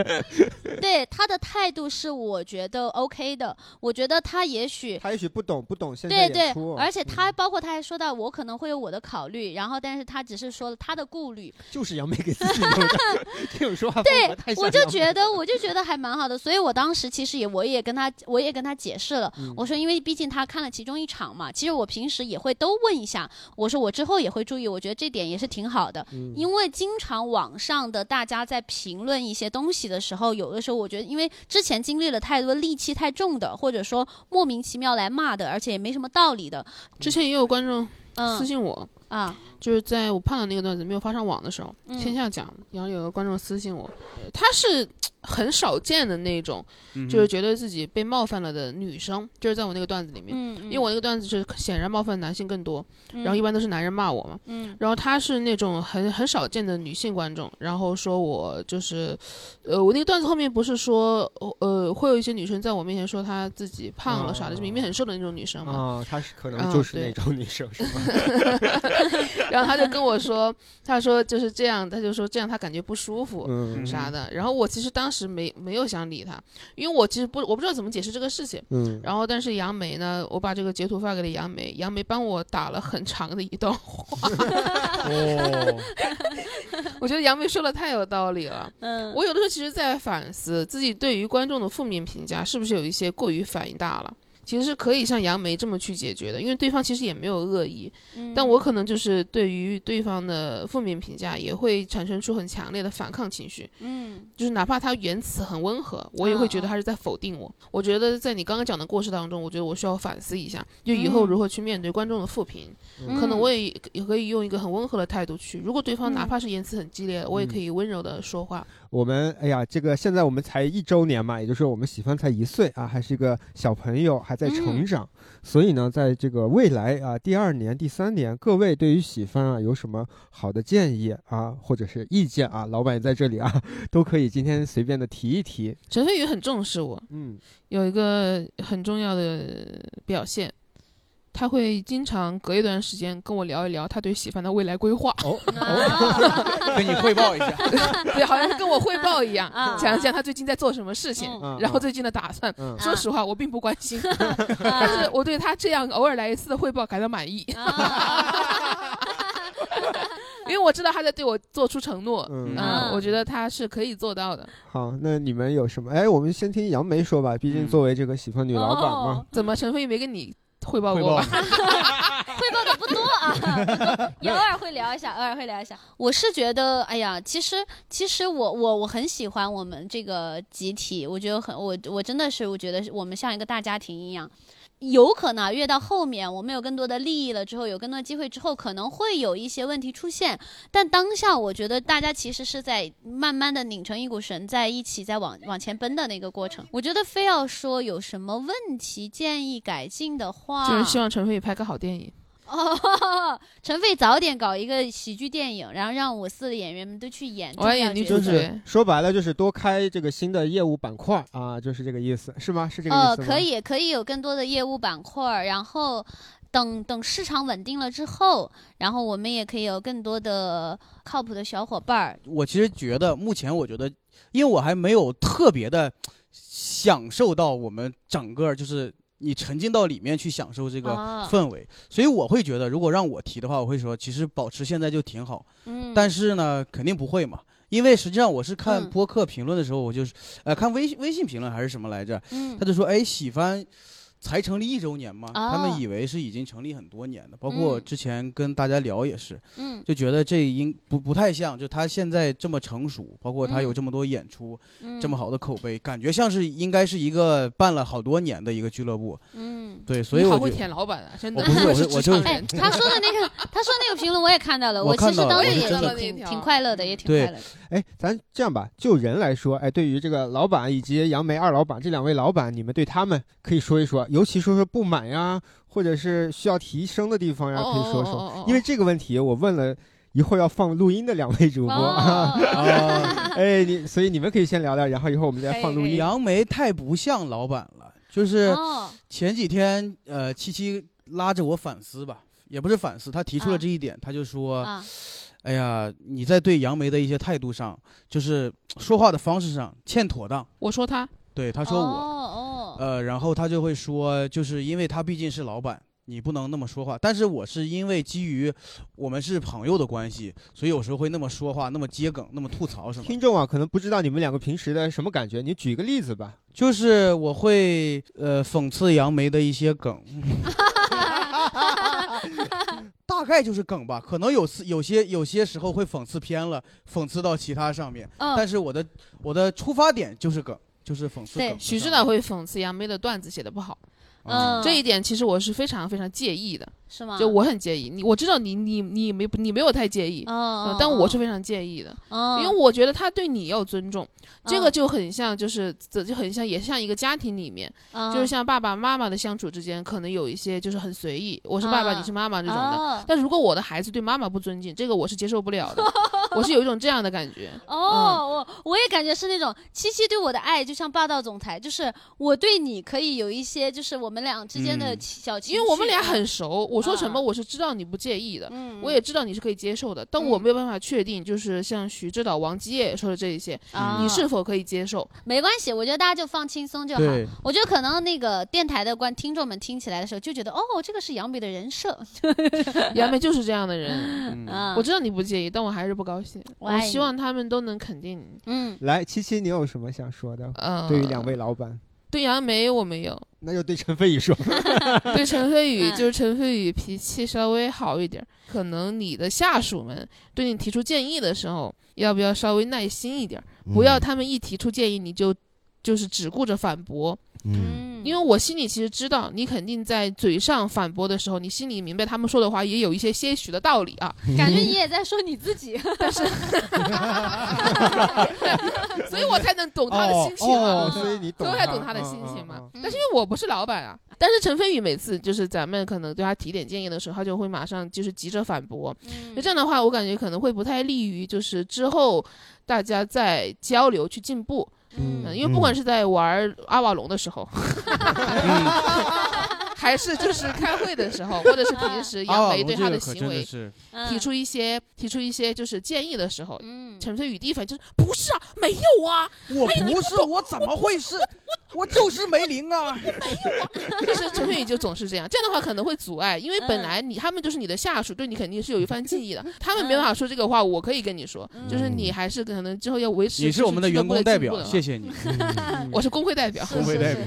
[SPEAKER 3] 对他的态度是我觉得 OK 的，我觉得他也许
[SPEAKER 2] 他也许不懂，不懂现在
[SPEAKER 3] 对对
[SPEAKER 2] 演出，，
[SPEAKER 3] 而且他
[SPEAKER 2] 嗯
[SPEAKER 3] 包括他还说到我可能会有我的考虑，然后但是他只是说了他的顾虑，
[SPEAKER 2] 嗯就是杨梅给自己留的 这种说话风格太像
[SPEAKER 3] 我就
[SPEAKER 2] 杨梅
[SPEAKER 3] 觉得我就觉得还蛮好的，所以我当时其实也我也跟他我也跟他解事了。
[SPEAKER 2] 嗯
[SPEAKER 3] 我说，因为毕竟他看了其中一场嘛，其实我平时也会都问一下。我说我之后也会注意，我觉得这点也是挺好的。
[SPEAKER 2] 嗯
[SPEAKER 3] 因为经常网上的大家在评论一些东西的时候，有的时候我觉得，因为之前经历了太多戾气太重的，或者说莫名其妙来骂的，而且也没什么道理的，
[SPEAKER 4] 之前也有观众私
[SPEAKER 3] 嗯
[SPEAKER 4] 信我，
[SPEAKER 3] 啊，
[SPEAKER 4] 就是在我胖的那个段子没有发上网的时候，
[SPEAKER 3] 嗯
[SPEAKER 4] 线下讲，然后有个观众私信我，呃她是很少见的那种，
[SPEAKER 5] 嗯
[SPEAKER 4] 就 是觉得自己被冒犯了的女生，就是在我那个段子里面。
[SPEAKER 3] 嗯，嗯
[SPEAKER 4] 因为我那个段子是显然冒犯男性更多，然后一，般都是男人骂我嘛，
[SPEAKER 3] 嗯
[SPEAKER 4] 然后她是那种很很少见的女性观众，然后说我就是，呃，我那个段子后面不是说，呃，会有一些女生在我面前说她自己胖了啥的，
[SPEAKER 2] 哦
[SPEAKER 4] 就明明很瘦的那种女生嘛，
[SPEAKER 2] 啊，她是可能
[SPEAKER 4] 啊
[SPEAKER 2] 就是
[SPEAKER 4] 对
[SPEAKER 2] 那种女生，是吗？
[SPEAKER 4] 然后她就跟我说，她说就是这样，她就说这样她感觉不舒服，
[SPEAKER 2] 嗯
[SPEAKER 4] 啥的。然后我其实当时没没有想理他，因为我其实不我不知道怎么解释这个事情。
[SPEAKER 2] 嗯，
[SPEAKER 4] 然后但是杨梅呢，我把这个截图发给了杨梅，杨梅帮我打了很长的一段话。
[SPEAKER 5] 哦，
[SPEAKER 4] 我觉得杨梅说的太有道理了。
[SPEAKER 3] 嗯，
[SPEAKER 4] 我有的时候其实在反思自己对于观众的负面评价是不是有一些过于反应大了。其实是可以像杨梅这么去解决的，因为对方其实也没有恶意，
[SPEAKER 3] 嗯
[SPEAKER 4] 但我可能就是对于对方的负面评价也会产生出很强烈的反抗情绪。
[SPEAKER 3] 嗯
[SPEAKER 4] 就是哪怕他言辞很温和，我也会觉得
[SPEAKER 3] 啊
[SPEAKER 4] 他是在否定我。我觉得在你刚刚讲的故事当中，我觉得我需要反思一下，就以后
[SPEAKER 3] 嗯
[SPEAKER 4] 如何去面对观众的负评。
[SPEAKER 2] 嗯
[SPEAKER 4] 可能我也也可以用一个很温和的态度去，如果对方
[SPEAKER 3] 嗯
[SPEAKER 4] 哪怕是言辞很激烈，我也可以温柔的说话。
[SPEAKER 2] 我们哎呀，这个现在我们才一周年嘛，也就是我们喜欢才一岁啊，还是一个小朋友，还在成长。所以呢，在这个未来啊，第二年、第三年，各位对于喜欢啊有什么好的建议啊，或者是意见啊，老板也在这里啊，都可以今天随便的提一提。
[SPEAKER 4] 陈飞宇很重视我，
[SPEAKER 2] 嗯，
[SPEAKER 4] 有一个很重要的表现，他会经常隔一段时间跟我聊一聊他对喜欢的未来规划，
[SPEAKER 2] 哦，
[SPEAKER 3] 啊
[SPEAKER 5] 跟你汇报一下，
[SPEAKER 4] 对，好像是跟我汇报一样
[SPEAKER 3] 啊，
[SPEAKER 4] 讲一讲他最近在做什么事情，
[SPEAKER 2] 嗯
[SPEAKER 4] 然后最近的打算。
[SPEAKER 2] 嗯
[SPEAKER 4] 说实话，我并不关心，但
[SPEAKER 3] 啊
[SPEAKER 4] 是我对他这样偶尔来一次的汇报感到满意，
[SPEAKER 3] 啊
[SPEAKER 4] 因为我知道他在对我做出承诺。
[SPEAKER 2] 嗯
[SPEAKER 4] 嗯，我觉得他是可以做到的。
[SPEAKER 2] 好，那你们有什么？哎，我们先听杨梅说吧，毕竟
[SPEAKER 5] 嗯
[SPEAKER 2] 作为这个喜欢女老板嘛，
[SPEAKER 4] 怎么，陈飞宇没跟你汇报
[SPEAKER 5] 汇
[SPEAKER 4] 过
[SPEAKER 5] 报
[SPEAKER 4] 吧
[SPEAKER 5] 一？下。
[SPEAKER 3] 汇报的不多啊，不多也偶尔会聊一下，偶尔会聊一下。我是觉得，哎呀，其实其实我我我很喜欢我们这个集体，我觉得很我我真的是我觉得是我们像一个大家庭一样。有可能啊，越到后面，我们有更多的利益了之后，有更多的机会之后，可能会有一些问题出现。但当下，我觉得大家其实是在慢慢的拧成一股绳，在一起在往往前奔的那个过程。我觉得非要说有什么问题建议改进的话，
[SPEAKER 4] 就是希望陈飞宇拍个好电影。
[SPEAKER 3] 哦， 陈飞早点搞一个喜剧电影，然后让我司的演员们都去演。
[SPEAKER 4] 我要
[SPEAKER 3] 这样
[SPEAKER 4] 演女
[SPEAKER 3] 觉
[SPEAKER 4] 主
[SPEAKER 3] 得
[SPEAKER 2] 就
[SPEAKER 4] 角
[SPEAKER 2] 是
[SPEAKER 4] 对
[SPEAKER 2] 说白了就是多开这个新的业务板块啊，就是这个意思，是吗？是这个
[SPEAKER 3] 呃，
[SPEAKER 2] 意思吗？
[SPEAKER 3] 可。以可以有更多的业务板块儿，然后等等市场稳定了之后，然后我们也可以有更多的靠谱的小伙伴儿。
[SPEAKER 5] 我其实觉得，目前我觉得，因为我还没有特别的享受到我们整个就是你沉浸到里面去享受这个
[SPEAKER 3] 啊，
[SPEAKER 5] 氛围，所以我会觉得，如果让我提的话，我会说，其实保持现在就挺好。
[SPEAKER 3] 嗯，
[SPEAKER 5] 但
[SPEAKER 3] 是
[SPEAKER 5] 是呢，肯定不会嘛，因为实际上我是看
[SPEAKER 3] 嗯
[SPEAKER 5] 播客评论的时候，我就是呃看微信微信评论还是什么来着，
[SPEAKER 3] 嗯
[SPEAKER 5] 他就说，哎，喜番才成立一周年嘛，他
[SPEAKER 3] 哦
[SPEAKER 5] 们以为是已经成立很多年的，包括
[SPEAKER 3] 嗯
[SPEAKER 5] 之前跟大家聊也是，
[SPEAKER 3] 嗯
[SPEAKER 5] 就觉得这应不不太像，就他现在这么成熟，包括他有这么多演出，
[SPEAKER 3] 嗯
[SPEAKER 5] 这么，好的口碑，感觉像是应该是一个办了好多年的一个俱乐部。
[SPEAKER 3] 嗯。
[SPEAKER 5] 对，所以
[SPEAKER 4] 你
[SPEAKER 5] 我
[SPEAKER 4] 好
[SPEAKER 5] 就
[SPEAKER 4] 会舔老板啊，真的
[SPEAKER 5] 我不是
[SPEAKER 4] 是
[SPEAKER 5] 我是
[SPEAKER 4] 职场
[SPEAKER 5] 我就
[SPEAKER 3] 哎
[SPEAKER 4] 人，。
[SPEAKER 3] 他说的那个，他说那个评论我也看到了，
[SPEAKER 5] 我
[SPEAKER 3] 其
[SPEAKER 5] 看
[SPEAKER 3] 实
[SPEAKER 5] 到了
[SPEAKER 3] 当
[SPEAKER 5] 我
[SPEAKER 3] 时
[SPEAKER 5] 是
[SPEAKER 3] 也
[SPEAKER 5] 真
[SPEAKER 4] 的
[SPEAKER 3] 挺
[SPEAKER 4] 看到
[SPEAKER 3] 挺快乐的，也挺
[SPEAKER 5] 对
[SPEAKER 3] 快乐的。
[SPEAKER 2] 哎，咱这样吧，就人来说，哎，对于这个老板以及杨梅二老板这两位老板，你们对他们可以说一说，尤其说说不满呀，或者是需要提升的地方呀，可
[SPEAKER 3] 哦
[SPEAKER 2] 以说说。
[SPEAKER 5] 哦
[SPEAKER 4] 说
[SPEAKER 2] 因为这个问题，我问了一会儿要放录音的两位主播，啊，
[SPEAKER 3] 哦，
[SPEAKER 5] 啊，
[SPEAKER 2] 哎，你所以你们可以先聊聊，然后一会儿我们再放录
[SPEAKER 3] 可以
[SPEAKER 2] 音。
[SPEAKER 5] 杨梅太不像老板了， 就是
[SPEAKER 3] 哎哦
[SPEAKER 5] 前几天呃，七七拉着我反思吧。也不是反思，他提出了
[SPEAKER 3] 啊
[SPEAKER 5] 这一点，他就说：“
[SPEAKER 3] 啊，
[SPEAKER 5] 哎呀，你在对杨梅的一些态度上，就是说话的方式上欠妥当。
[SPEAKER 4] 我说他”
[SPEAKER 5] 对，他
[SPEAKER 3] 他
[SPEAKER 5] 说我，
[SPEAKER 3] 哦哦，
[SPEAKER 5] 呃，然后他就会说，就是因为他毕竟是老板，你不能那么说话。但是我是因为基于我们是朋友的关系，所以有时候会那么说话，那么接梗，那么吐槽什么。
[SPEAKER 2] 听众啊，可能不知道你们两个平时的什么感觉，你举一个例子吧。
[SPEAKER 5] 就是我会呃讽刺杨梅的一些梗， 大概就是梗吧。可能有次有些有些时候会讽刺偏了，讽刺到其他上面。
[SPEAKER 4] 哦
[SPEAKER 3] 嗯
[SPEAKER 5] 呃但是我的我的出发点就是梗，就是讽刺
[SPEAKER 3] 对
[SPEAKER 5] 梗。
[SPEAKER 4] 许志
[SPEAKER 5] 朗
[SPEAKER 4] 朗会讽刺杨梅的段子写的不好，
[SPEAKER 3] 嗯，
[SPEAKER 4] 这一点其实我是非常非常介意的，
[SPEAKER 3] 是吗？
[SPEAKER 4] 就我很介意。你我知道你你你没你没有太介意，
[SPEAKER 3] 嗯，
[SPEAKER 4] 嗯
[SPEAKER 3] 嗯，
[SPEAKER 4] 但我是，非常介意的，
[SPEAKER 3] 嗯，
[SPEAKER 4] 因为我觉得他对你要尊重，这个
[SPEAKER 3] 嗯
[SPEAKER 4] 就很像就是这就很像也像一个家庭里面，
[SPEAKER 3] 哦嗯
[SPEAKER 4] 就是像爸爸妈妈的相处之间，可能有一些就是很随意，我是爸爸，
[SPEAKER 3] 嗯
[SPEAKER 4] 你是妈妈
[SPEAKER 3] 这
[SPEAKER 4] 这种的。
[SPEAKER 3] 的。
[SPEAKER 4] 但如果我的孩子对妈妈不尊敬，这个我是接受 不了的，我是有一种这样的感觉。嗯
[SPEAKER 3] 哦，我我也感觉是那种七七对我的爱，就像霸道总裁，就是我对你可以有一些，就是我们俩之间的
[SPEAKER 5] 嗯
[SPEAKER 3] 小情绪，
[SPEAKER 4] 因为我们俩很熟，我说什么
[SPEAKER 3] 嗯
[SPEAKER 4] 我是知道你不介意的，
[SPEAKER 3] 嗯，嗯，嗯
[SPEAKER 4] 我也知道你是可以接受的，但我没有办法确定，就是像徐指导、王基业说的这一些，
[SPEAKER 3] 啊
[SPEAKER 4] 你是否可以接受？
[SPEAKER 3] 没关系，我觉得大家就放轻松就好。
[SPEAKER 5] 对，
[SPEAKER 3] 我觉得可能那个电台的观听众们听起来的时候就觉得，哦，这个是杨梅的人设，
[SPEAKER 4] 杨梅就是这样 的人，
[SPEAKER 5] 嗯，
[SPEAKER 3] 嗯，
[SPEAKER 4] 我知道你不介意，但我还是不高兴。
[SPEAKER 3] 我
[SPEAKER 4] 我
[SPEAKER 3] 爱你
[SPEAKER 4] 希望他们都能肯定你。
[SPEAKER 3] 嗯，
[SPEAKER 2] 来，七七，你有什么想说
[SPEAKER 3] 呃
[SPEAKER 2] 的？
[SPEAKER 4] 嗯，
[SPEAKER 2] 呃对于两位老板，
[SPEAKER 4] 对杨梅我没 有，
[SPEAKER 2] 那就对陈飞宇说。
[SPEAKER 4] 对陈飞宇
[SPEAKER 3] 嗯
[SPEAKER 4] 就是陈飞宇脾气稍微好一点儿，可能你的下属们对你提出建议的时候，要不要稍微耐心一点儿？
[SPEAKER 2] 嗯
[SPEAKER 4] 不
[SPEAKER 6] 嗯
[SPEAKER 4] 要他们一提出建议你就就是只顾着反驳，
[SPEAKER 6] 嗯，
[SPEAKER 3] 嗯，
[SPEAKER 4] 因为我心里其实知道，你肯定在嘴上反驳的时候，你心里明白他们说的话也有一些些许的道理啊。
[SPEAKER 3] 感觉你也在说你自己，
[SPEAKER 4] 所以我才能懂 他的心情
[SPEAKER 2] 哦，
[SPEAKER 4] 啊
[SPEAKER 2] 哦，所以你懂
[SPEAKER 4] 都
[SPEAKER 2] 他，
[SPEAKER 4] 在懂他的心情嘛。
[SPEAKER 2] 嘛。
[SPEAKER 4] 但是因为我不是老板啊，但是陈飞宇每次就是咱们可能对他提点建议的时候，他就会马上就是急着反驳。
[SPEAKER 3] 嗯
[SPEAKER 4] 那这样的话，我感觉可能会不太利于就是之后大家在交流去进步。
[SPEAKER 2] 嗯
[SPEAKER 4] 嗯，因为不管是在玩阿瓦隆的时 候，还是就是开会的时候，或者是平时
[SPEAKER 5] 阿
[SPEAKER 4] 杨
[SPEAKER 5] 瓦
[SPEAKER 4] 梅
[SPEAKER 5] 隆
[SPEAKER 4] 对
[SPEAKER 5] 啊这
[SPEAKER 4] 他
[SPEAKER 5] 个
[SPEAKER 4] 的
[SPEAKER 5] 可
[SPEAKER 4] 行
[SPEAKER 5] 真的
[SPEAKER 4] 为
[SPEAKER 5] 是，
[SPEAKER 3] 嗯
[SPEAKER 4] 提，出一些提出一些就是建议的时候，
[SPEAKER 3] 嗯，
[SPEAKER 4] 陈飞宇第一反应就是不是啊，没有啊，
[SPEAKER 5] 我不是，我怎么会是？我 就是没灵啊！
[SPEAKER 4] 就是陈飞宇就总是这样，这样的话可能会阻碍，因为本
[SPEAKER 3] 嗯
[SPEAKER 4] 来你他们就是你的下属，对你肯定是有一番 敬意的，他们没办法说这个话，我可以跟你说，
[SPEAKER 3] 嗯
[SPEAKER 4] 就是你还是可能之后要维持。
[SPEAKER 5] 你是我们
[SPEAKER 4] 的
[SPEAKER 5] 的员工代表，谢
[SPEAKER 4] 谢。
[SPEAKER 5] 谢你。
[SPEAKER 2] 嗯
[SPEAKER 4] 我是工会代表，
[SPEAKER 3] 是是是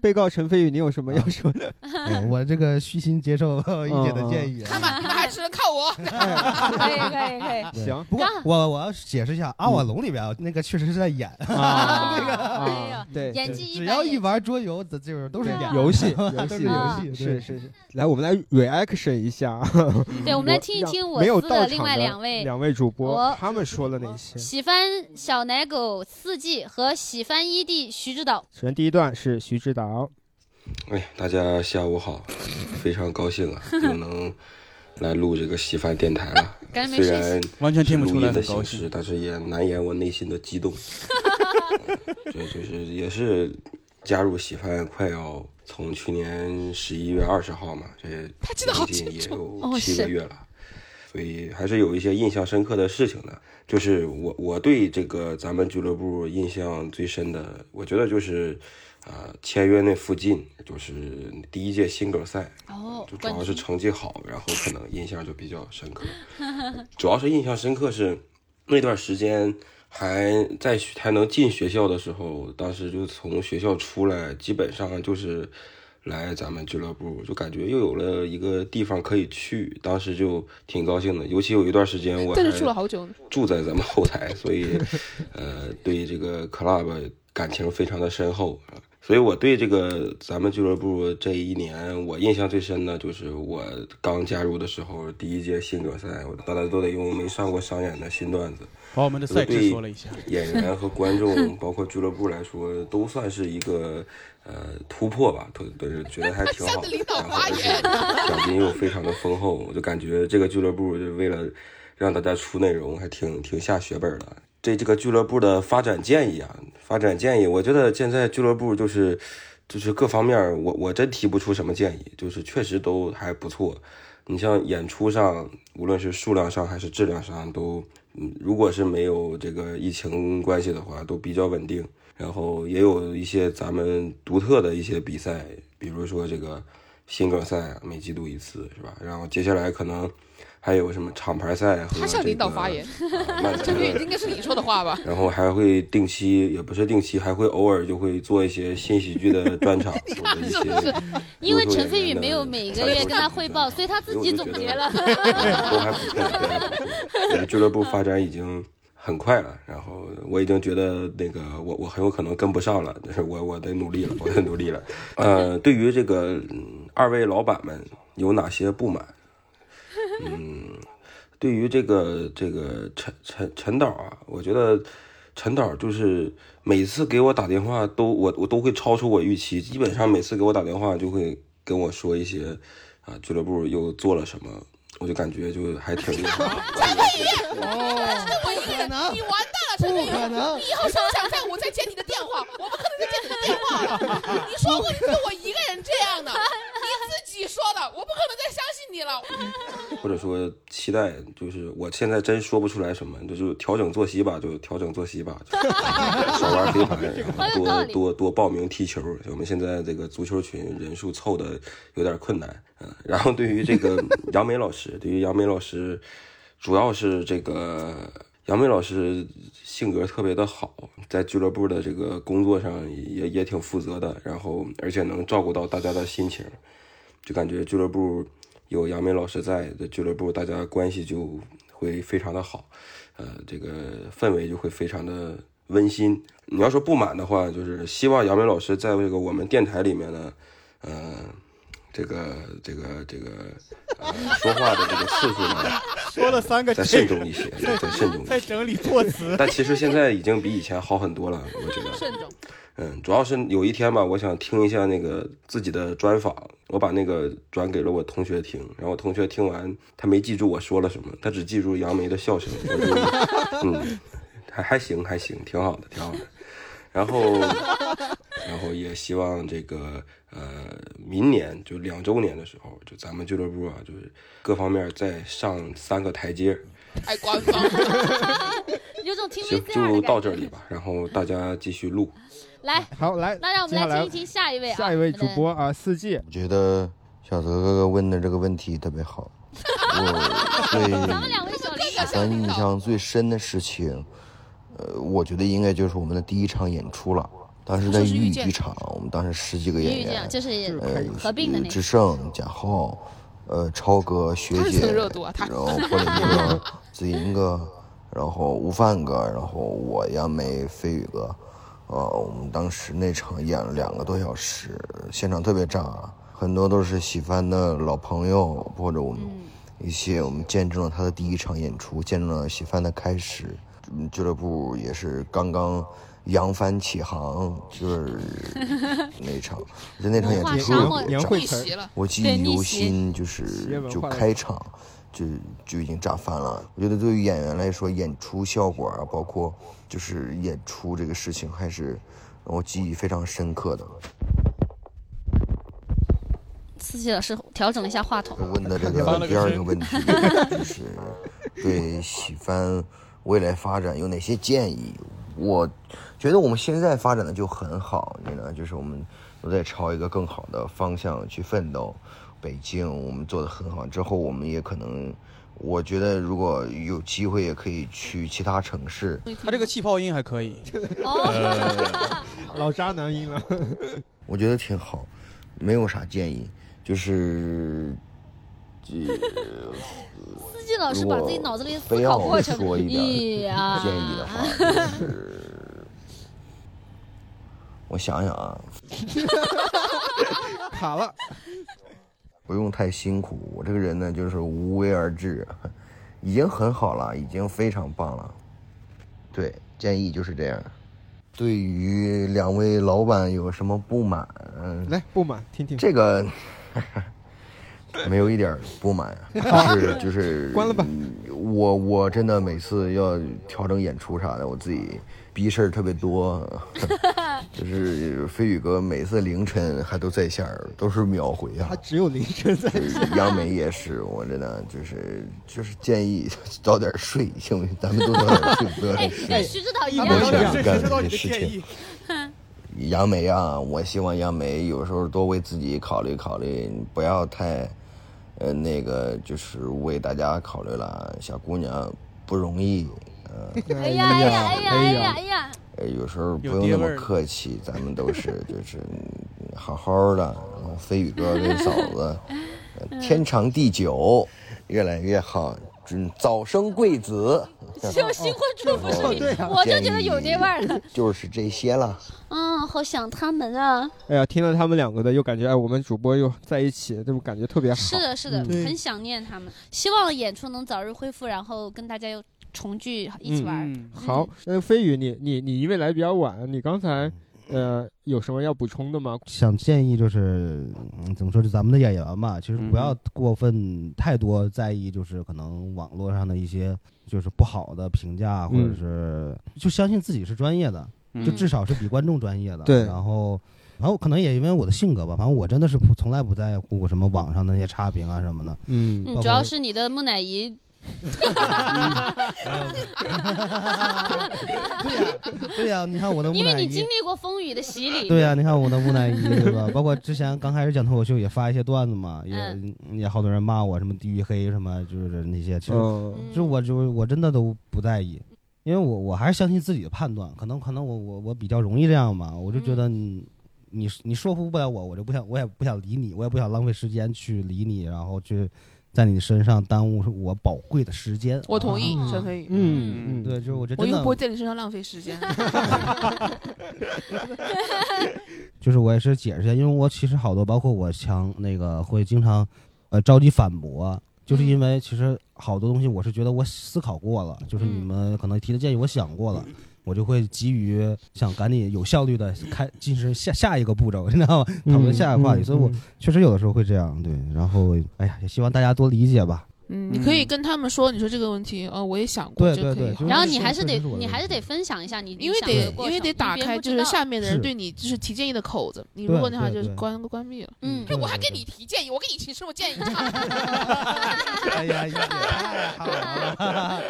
[SPEAKER 2] 被告陈飞宇，你有什么要说的？
[SPEAKER 6] 嗯我这个虚心接 受一姐的建议啊。
[SPEAKER 4] 看吧，你们还是靠我。
[SPEAKER 3] 可以可以 可以，
[SPEAKER 6] 对
[SPEAKER 2] 行
[SPEAKER 6] 不过我我要解释一下，《阿瓦隆》里边啊那个确实是在演，
[SPEAKER 2] 啊，
[SPEAKER 3] 那个哎
[SPEAKER 2] 啊
[SPEAKER 3] 呀，
[SPEAKER 2] 对，
[SPEAKER 3] 演
[SPEAKER 2] 对
[SPEAKER 3] 技一
[SPEAKER 6] 只
[SPEAKER 3] 般
[SPEAKER 6] 要
[SPEAKER 3] 也
[SPEAKER 6] 一玩桌游，这就是都是
[SPEAKER 3] 对啊啊
[SPEAKER 6] 演。
[SPEAKER 2] 游 戏，
[SPEAKER 6] 都
[SPEAKER 2] 游
[SPEAKER 6] 是
[SPEAKER 2] 戏，
[SPEAKER 3] 游
[SPEAKER 6] 戏
[SPEAKER 2] 是
[SPEAKER 6] 对
[SPEAKER 2] 是是。来，我们来 reaction 一下啊。
[SPEAKER 3] 对，我们来听一听
[SPEAKER 2] 让
[SPEAKER 3] 我
[SPEAKER 2] 没有
[SPEAKER 3] 司
[SPEAKER 2] 到
[SPEAKER 3] 的
[SPEAKER 2] 场
[SPEAKER 3] 另外两位。
[SPEAKER 2] 两位主播
[SPEAKER 3] 我，
[SPEAKER 2] 他们说了哪些？
[SPEAKER 3] 喜欢小奶狗四季和喜欢一弟徐指导，
[SPEAKER 2] 首先第一段是徐指导，
[SPEAKER 7] 哎，大家下午好， 非常高兴啊，又能来录这个稀饭电台 了。
[SPEAKER 3] 感觉没
[SPEAKER 7] 虽
[SPEAKER 3] 睡醒。
[SPEAKER 7] 然
[SPEAKER 5] 完全听不出
[SPEAKER 7] 是录
[SPEAKER 5] 来
[SPEAKER 7] 音的
[SPEAKER 5] 很高
[SPEAKER 7] 形
[SPEAKER 5] 兴
[SPEAKER 7] 式，。但是也难掩我内心 的激动。嗯对，就是也是加入稀饭快要从去年十一月二十号嘛，这
[SPEAKER 4] 他记得好
[SPEAKER 7] 近
[SPEAKER 4] 清
[SPEAKER 7] 也
[SPEAKER 4] 楚
[SPEAKER 7] 有
[SPEAKER 3] 哦
[SPEAKER 7] 七
[SPEAKER 3] 是
[SPEAKER 7] 个月了。所以还是有一些印象深刻的事情的，就是我我对这个咱们俱乐部印象最深的，我觉得就是，呃，签约那附近，就是第一届新梗赛，
[SPEAKER 3] 哦
[SPEAKER 7] 就，主
[SPEAKER 3] 冠
[SPEAKER 7] 要是
[SPEAKER 3] 军
[SPEAKER 7] 成绩好，然后可能印象就比较深刻。 主要是印象深刻是那段时间还在学还能进学校的时候，当时就从学校出来，基本上就是来咱们俱乐部，就感觉又有了一个地方可以去，当时就挺高兴的。尤其有一段时间我
[SPEAKER 4] 在
[SPEAKER 7] 还
[SPEAKER 4] 这住了好久，
[SPEAKER 7] 住在咱们后台，所以呃，对这个 club 感情非常的深厚。所以我对这个咱们俱乐部这一年，我印象最深的就是我刚加入的时候，第一届新梗赛，我大家都得用没上过商演的新段子，
[SPEAKER 5] 把我们的赛制说了一下。
[SPEAKER 7] 演员和观众，包括俱乐部来说，都算是一个呃突破吧，都都是觉得还挺好
[SPEAKER 4] 吓
[SPEAKER 7] 的。
[SPEAKER 4] 得领导
[SPEAKER 7] 然后
[SPEAKER 4] 发
[SPEAKER 7] 就是
[SPEAKER 4] 言
[SPEAKER 7] 奖金又非常的丰厚，我就感觉这个俱乐部就是为了让大家出内容，还挺挺下血本的。对这个俱乐部的发展建议啊，发展建议，我觉得现在俱乐部就是就是各方面儿，我我真提不出什么建议，就是确实都还不错。你像演出上，无论是数量上还是质量上，都嗯，如果是没有这个疫情关系的话，都比较稳定。然后也有一些咱们独特的一些比赛，比如说这个新梗赛每季度一次，是吧？然后接下来可能还有什么厂牌赛和
[SPEAKER 8] 他向领导发言，
[SPEAKER 7] 这个 啊漫才
[SPEAKER 8] 这
[SPEAKER 7] 赛
[SPEAKER 8] 句应该是你说的话吧？
[SPEAKER 7] 然后还会定期，也不是定期，还会偶尔就会做一些新喜剧的 专场，或者一些
[SPEAKER 3] 因为陈飞宇没有每个月跟他汇报，所以他自己总结了。
[SPEAKER 7] 都还不错。对对俱乐部发展已经很快了，然后我已经觉得那个我我很有可能跟不上了，但是我我得努力了，我得努力了。呃，对于这个嗯二位老板们有哪些不满？嗯，对于这个这个陈陈陈导啊，我觉得陈导就是每次给我打电话都我我都会超出我预期，基本上每次给我打电话就会跟我说一些啊俱乐部又做了什么，我就感觉就还挺厉害的。
[SPEAKER 5] 哦，
[SPEAKER 8] 不可能，你完蛋了，陈
[SPEAKER 5] 不
[SPEAKER 8] 飞宇，
[SPEAKER 5] 可能
[SPEAKER 8] 你，以后是不是想在我再接你的电话？我不可能再接你的电话了。你说过你对我一个人这样的，你自己说的，我不可能再相信你了。
[SPEAKER 7] 或者说期待，就是我现在真说不出来什么，就是调整作息吧，就调整作息吧，就是少玩飞盘，然后多多多报名踢球。我们现在这个足球群人数凑的有点困难，嗯。然后对于这个杨梅老师，对于杨梅老师，主要是这个杨梅老师性格特别的好，在俱乐部的这个工作上也也挺负责的，然后而且能照顾到大家的心情，就感觉俱乐部有杨梅老师在的俱乐部，大家关系就会非常的好，呃，这个氛围就会非常的温馨。你要说不满的话，就是希望杨梅老师在这个我们电台里面呢，呃，这个这个这个呃说话的这个次数呢，
[SPEAKER 5] 说了三个
[SPEAKER 7] 再
[SPEAKER 5] 这
[SPEAKER 7] 慎
[SPEAKER 5] 个，
[SPEAKER 7] 重一些，再慎重一
[SPEAKER 5] 在
[SPEAKER 7] 些。
[SPEAKER 5] 整理措辞。
[SPEAKER 7] 但其实现在已经比以前好很多了，我觉得。
[SPEAKER 8] 慎重，
[SPEAKER 7] 嗯，主要是有一天吧，我想听一下那个自己的专访，我把那个转给了我同学听，然后我同学听完，他没记住我说了什么，他只记住杨梅的笑声，我就嗯，还还行还行，挺好的，挺好的。然后， 然后也希望这个呃，明年就两周年的时候，就咱们俱乐部啊，就是各方面再上三个台阶，
[SPEAKER 8] 太官方了。
[SPEAKER 3] 有种听
[SPEAKER 7] 行
[SPEAKER 3] VCR 的，感觉
[SPEAKER 7] 就到这里吧，然后大家继续录。
[SPEAKER 3] 来，
[SPEAKER 2] 好，来，
[SPEAKER 3] 那让我
[SPEAKER 2] 接
[SPEAKER 3] 们
[SPEAKER 2] 下
[SPEAKER 3] 来听
[SPEAKER 2] 来
[SPEAKER 3] 一听下一位啊，
[SPEAKER 2] 下一位主播啊，四季，
[SPEAKER 9] 我觉得小泽哥哥问的这个问题特别好，我
[SPEAKER 3] 咱们
[SPEAKER 9] 对
[SPEAKER 3] 两位小领导，
[SPEAKER 9] 咱印象最深的事情，呃，我觉得应该就是我们的第一场演出了。当时在
[SPEAKER 4] 就是遇
[SPEAKER 9] 豫
[SPEAKER 4] 见
[SPEAKER 9] 剧场，我们当时十几个
[SPEAKER 3] 李
[SPEAKER 9] 演
[SPEAKER 3] 宇这样
[SPEAKER 9] 员，
[SPEAKER 3] 就是
[SPEAKER 9] 呃，
[SPEAKER 3] 合并的那
[SPEAKER 9] 志
[SPEAKER 3] 个，
[SPEAKER 9] 胜、贾浩，呃，超哥、学
[SPEAKER 4] 他是蹭
[SPEAKER 9] 姐，
[SPEAKER 4] 热度啊，他
[SPEAKER 9] 然后霍林哥、子银哥，然后悟饭哥，然后我杨梅、飞宇哥，呃，我们当时那场演了两个多小时，现场特别炸，很多都是喜欢的老朋友或者我们
[SPEAKER 3] 嗯
[SPEAKER 9] 一些我们见证了他的第一场演出，见证了喜欢的开始，嗯俱乐部也是刚刚。扬帆起航就是那场，我觉得那场演
[SPEAKER 3] 文化
[SPEAKER 9] 出
[SPEAKER 3] 沙
[SPEAKER 9] 特
[SPEAKER 3] 漠
[SPEAKER 9] 别
[SPEAKER 2] 年
[SPEAKER 9] 炸
[SPEAKER 2] 会
[SPEAKER 4] 逆
[SPEAKER 2] 词
[SPEAKER 4] 袭
[SPEAKER 2] 儿，
[SPEAKER 4] 了。
[SPEAKER 9] 我记
[SPEAKER 3] 对
[SPEAKER 9] 忆
[SPEAKER 3] 逆
[SPEAKER 9] 犹
[SPEAKER 3] 袭
[SPEAKER 9] 新，就
[SPEAKER 2] 企业
[SPEAKER 9] 是
[SPEAKER 2] 文
[SPEAKER 9] 就
[SPEAKER 2] 化的
[SPEAKER 9] 开场就就已经炸翻了。我觉得对于演员来说，演出效果啊，包括就是演出这个事情，还是让我记忆非常深刻的。
[SPEAKER 3] 司机老师调整了一下话筒，
[SPEAKER 9] 问的这
[SPEAKER 5] 翻了
[SPEAKER 9] 个
[SPEAKER 5] 个
[SPEAKER 9] 第二
[SPEAKER 5] 身
[SPEAKER 9] 个问 题就是对喜番未来发展有哪些建议？我觉得我们现在发展的就很好，你呢？就是我们都在朝一个更好的方向去奋斗。北京我们做的很好，之后我们也可能，我觉得如果有机会也可以去其他城市。
[SPEAKER 5] 他这个气泡音还可以，
[SPEAKER 3] 哦
[SPEAKER 2] 老渣男音了，
[SPEAKER 9] 我觉得挺好，没有啥建议，就是，这
[SPEAKER 3] 司机老师把自己脑子里的思
[SPEAKER 9] 非
[SPEAKER 3] 考
[SPEAKER 9] 要
[SPEAKER 3] 过程，哎
[SPEAKER 9] 说一点
[SPEAKER 3] 呀，
[SPEAKER 9] 建议的话，就是我想想啊，
[SPEAKER 2] 卡了，
[SPEAKER 9] 不用太辛苦。我这个人呢，就是无为而治，已经很好了，已经非常棒了。对，建议就是这样。对于两位老板有什么不满？嗯，
[SPEAKER 2] 来不满，听听，
[SPEAKER 9] 这个没有一点儿不满，啊 就是就是嗯
[SPEAKER 2] 关了吧。
[SPEAKER 9] 我我真的每次要调整演出啥的，我自己逼事儿特 别多，就是飞宇哥每次凌晨还都在线儿，都是秒回啊
[SPEAKER 2] 他。只有凌晨在，
[SPEAKER 9] 央媒也是，我真的就是就是建议早点睡，行不行？咱们都早点睡，不要再
[SPEAKER 3] 哎，
[SPEAKER 9] 睡。
[SPEAKER 3] 跟徐指导一
[SPEAKER 5] 他
[SPEAKER 3] 样
[SPEAKER 5] 没
[SPEAKER 9] 没
[SPEAKER 5] 有
[SPEAKER 9] 有
[SPEAKER 5] 点认
[SPEAKER 9] 点认
[SPEAKER 5] 识
[SPEAKER 9] 识
[SPEAKER 5] 到
[SPEAKER 9] 到
[SPEAKER 5] 你
[SPEAKER 9] 你
[SPEAKER 5] 的
[SPEAKER 9] 的
[SPEAKER 5] 建
[SPEAKER 9] 建
[SPEAKER 5] 议
[SPEAKER 9] 议，杨梅啊，我希望杨梅有时候多为自己考虑考虑，不要太，呃，那个就是为大家考虑了。小姑娘不容易，呃，
[SPEAKER 3] 哎呀哎呀哎呀哎呀哎呀！
[SPEAKER 9] 呃有时候不
[SPEAKER 5] 有
[SPEAKER 9] 用
[SPEAKER 5] 爹
[SPEAKER 9] 那
[SPEAKER 5] 味
[SPEAKER 9] 么
[SPEAKER 5] 儿
[SPEAKER 9] 客气，咱们都 是就是嗯好好的。然后飞宇哥跟嫂子，呃天长地久，越来越好，嗯，早生贵子。
[SPEAKER 6] 哦
[SPEAKER 3] 就新婚祝福视频，
[SPEAKER 2] 对啊
[SPEAKER 3] 我就觉得有这味儿了。
[SPEAKER 9] 就是这些了。
[SPEAKER 3] 嗯，好想他们啊！
[SPEAKER 2] 哎呀，听了他们两个的，又感觉哎，我们主播又在一起，这种感觉特别好。
[SPEAKER 3] 是的，是的，
[SPEAKER 6] 嗯
[SPEAKER 5] 对
[SPEAKER 3] 很想念他们，希望演出能早日恢复，然后跟大家又重聚一起玩儿。
[SPEAKER 5] 嗯，
[SPEAKER 2] 好，那飞宇，你你你因为来比较晚，你刚才呃有什么要补充的吗？
[SPEAKER 6] 想建议就是，嗯，怎么说，就咱们的演员吧，其实不
[SPEAKER 2] 嗯
[SPEAKER 6] 要过分太多在意，就是可能网络上的一些就是不好的评价，或者
[SPEAKER 2] 嗯
[SPEAKER 6] 是就相信自己是专业的，就
[SPEAKER 3] 嗯
[SPEAKER 6] 至少是比观众专业的。
[SPEAKER 2] 对
[SPEAKER 6] 然后。然后可能也因为我的性格吧，反正我真的是不从来不在乎什么网上的那些差评啊 什么的。
[SPEAKER 2] 嗯
[SPEAKER 3] 嗯，
[SPEAKER 6] 包
[SPEAKER 3] 主要
[SPEAKER 6] 括
[SPEAKER 3] 是你的木乃伊，
[SPEAKER 6] 对呀、对呀、你看我的木
[SPEAKER 3] 因为
[SPEAKER 6] 乃
[SPEAKER 3] 你
[SPEAKER 6] 伊
[SPEAKER 3] 经，历过风雨的洗礼。
[SPEAKER 6] 对呀、你看我的木 乃伊，对吧？包括之前刚开始讲脱口秀也发一些段子嘛，也、
[SPEAKER 3] 嗯
[SPEAKER 6] 也好多人骂我什么地域黑什么，就是那些，其实
[SPEAKER 2] 嗯，
[SPEAKER 3] 嗯
[SPEAKER 6] 就我就我真的都不在意，因为我我还是相信自己的判断，可能可能我我我比较容易这样吧，我就觉得你、你你说服不了我，我就不想我也不想理你，我也不想浪费时间去理你，然后去在你身上耽误我宝贵的时间。
[SPEAKER 4] 我同意
[SPEAKER 3] 啊，
[SPEAKER 4] 陈飞宇。
[SPEAKER 2] 嗯嗯，
[SPEAKER 6] 对，就是我觉得
[SPEAKER 4] 我
[SPEAKER 6] 真
[SPEAKER 4] 又
[SPEAKER 6] 的
[SPEAKER 4] 不会在你身上浪费 时间。嗯
[SPEAKER 6] 就是我也是解释一下，因为我其实好多，包括我强那个会经常呃着急反驳，就是因为其实好多东西我是觉得我思考过了，就是你
[SPEAKER 3] 嗯
[SPEAKER 6] 们可能提的建议我想过了。我就会急于想赶紧有效率的开进行下下一个步骤，你知道吗？
[SPEAKER 2] 嗯
[SPEAKER 6] 讨论下一个话题，所以我确实有的时候会这样，对。然后，哎呀，也希望大家多理解吧。
[SPEAKER 4] 嗯，你可以跟他们说，你说这个问题，哦，我也想过，
[SPEAKER 6] 对
[SPEAKER 4] 这
[SPEAKER 6] 对
[SPEAKER 4] 可以
[SPEAKER 6] 对
[SPEAKER 4] 好。
[SPEAKER 3] 然后
[SPEAKER 6] 就是
[SPEAKER 3] 你还是
[SPEAKER 6] 确
[SPEAKER 3] 得
[SPEAKER 6] 实是我的嗯
[SPEAKER 3] 你
[SPEAKER 6] 问
[SPEAKER 3] 还是
[SPEAKER 6] 题
[SPEAKER 3] 得分享一下你
[SPEAKER 4] 因为
[SPEAKER 3] 你想的
[SPEAKER 4] 得
[SPEAKER 3] 过
[SPEAKER 4] 因为
[SPEAKER 3] 程
[SPEAKER 4] 得打
[SPEAKER 3] 别人
[SPEAKER 4] 开，
[SPEAKER 3] 不
[SPEAKER 4] 就
[SPEAKER 3] 知道
[SPEAKER 4] 是下面的人
[SPEAKER 6] 是
[SPEAKER 4] 对你就是提建议的口子，你
[SPEAKER 6] 对
[SPEAKER 4] 如果那啥
[SPEAKER 6] 对
[SPEAKER 4] 就
[SPEAKER 6] 对
[SPEAKER 4] 关关闭了。
[SPEAKER 3] 嗯
[SPEAKER 8] 我还给你提建议，我给你提什么建议？
[SPEAKER 6] 哎呀，也太 好了，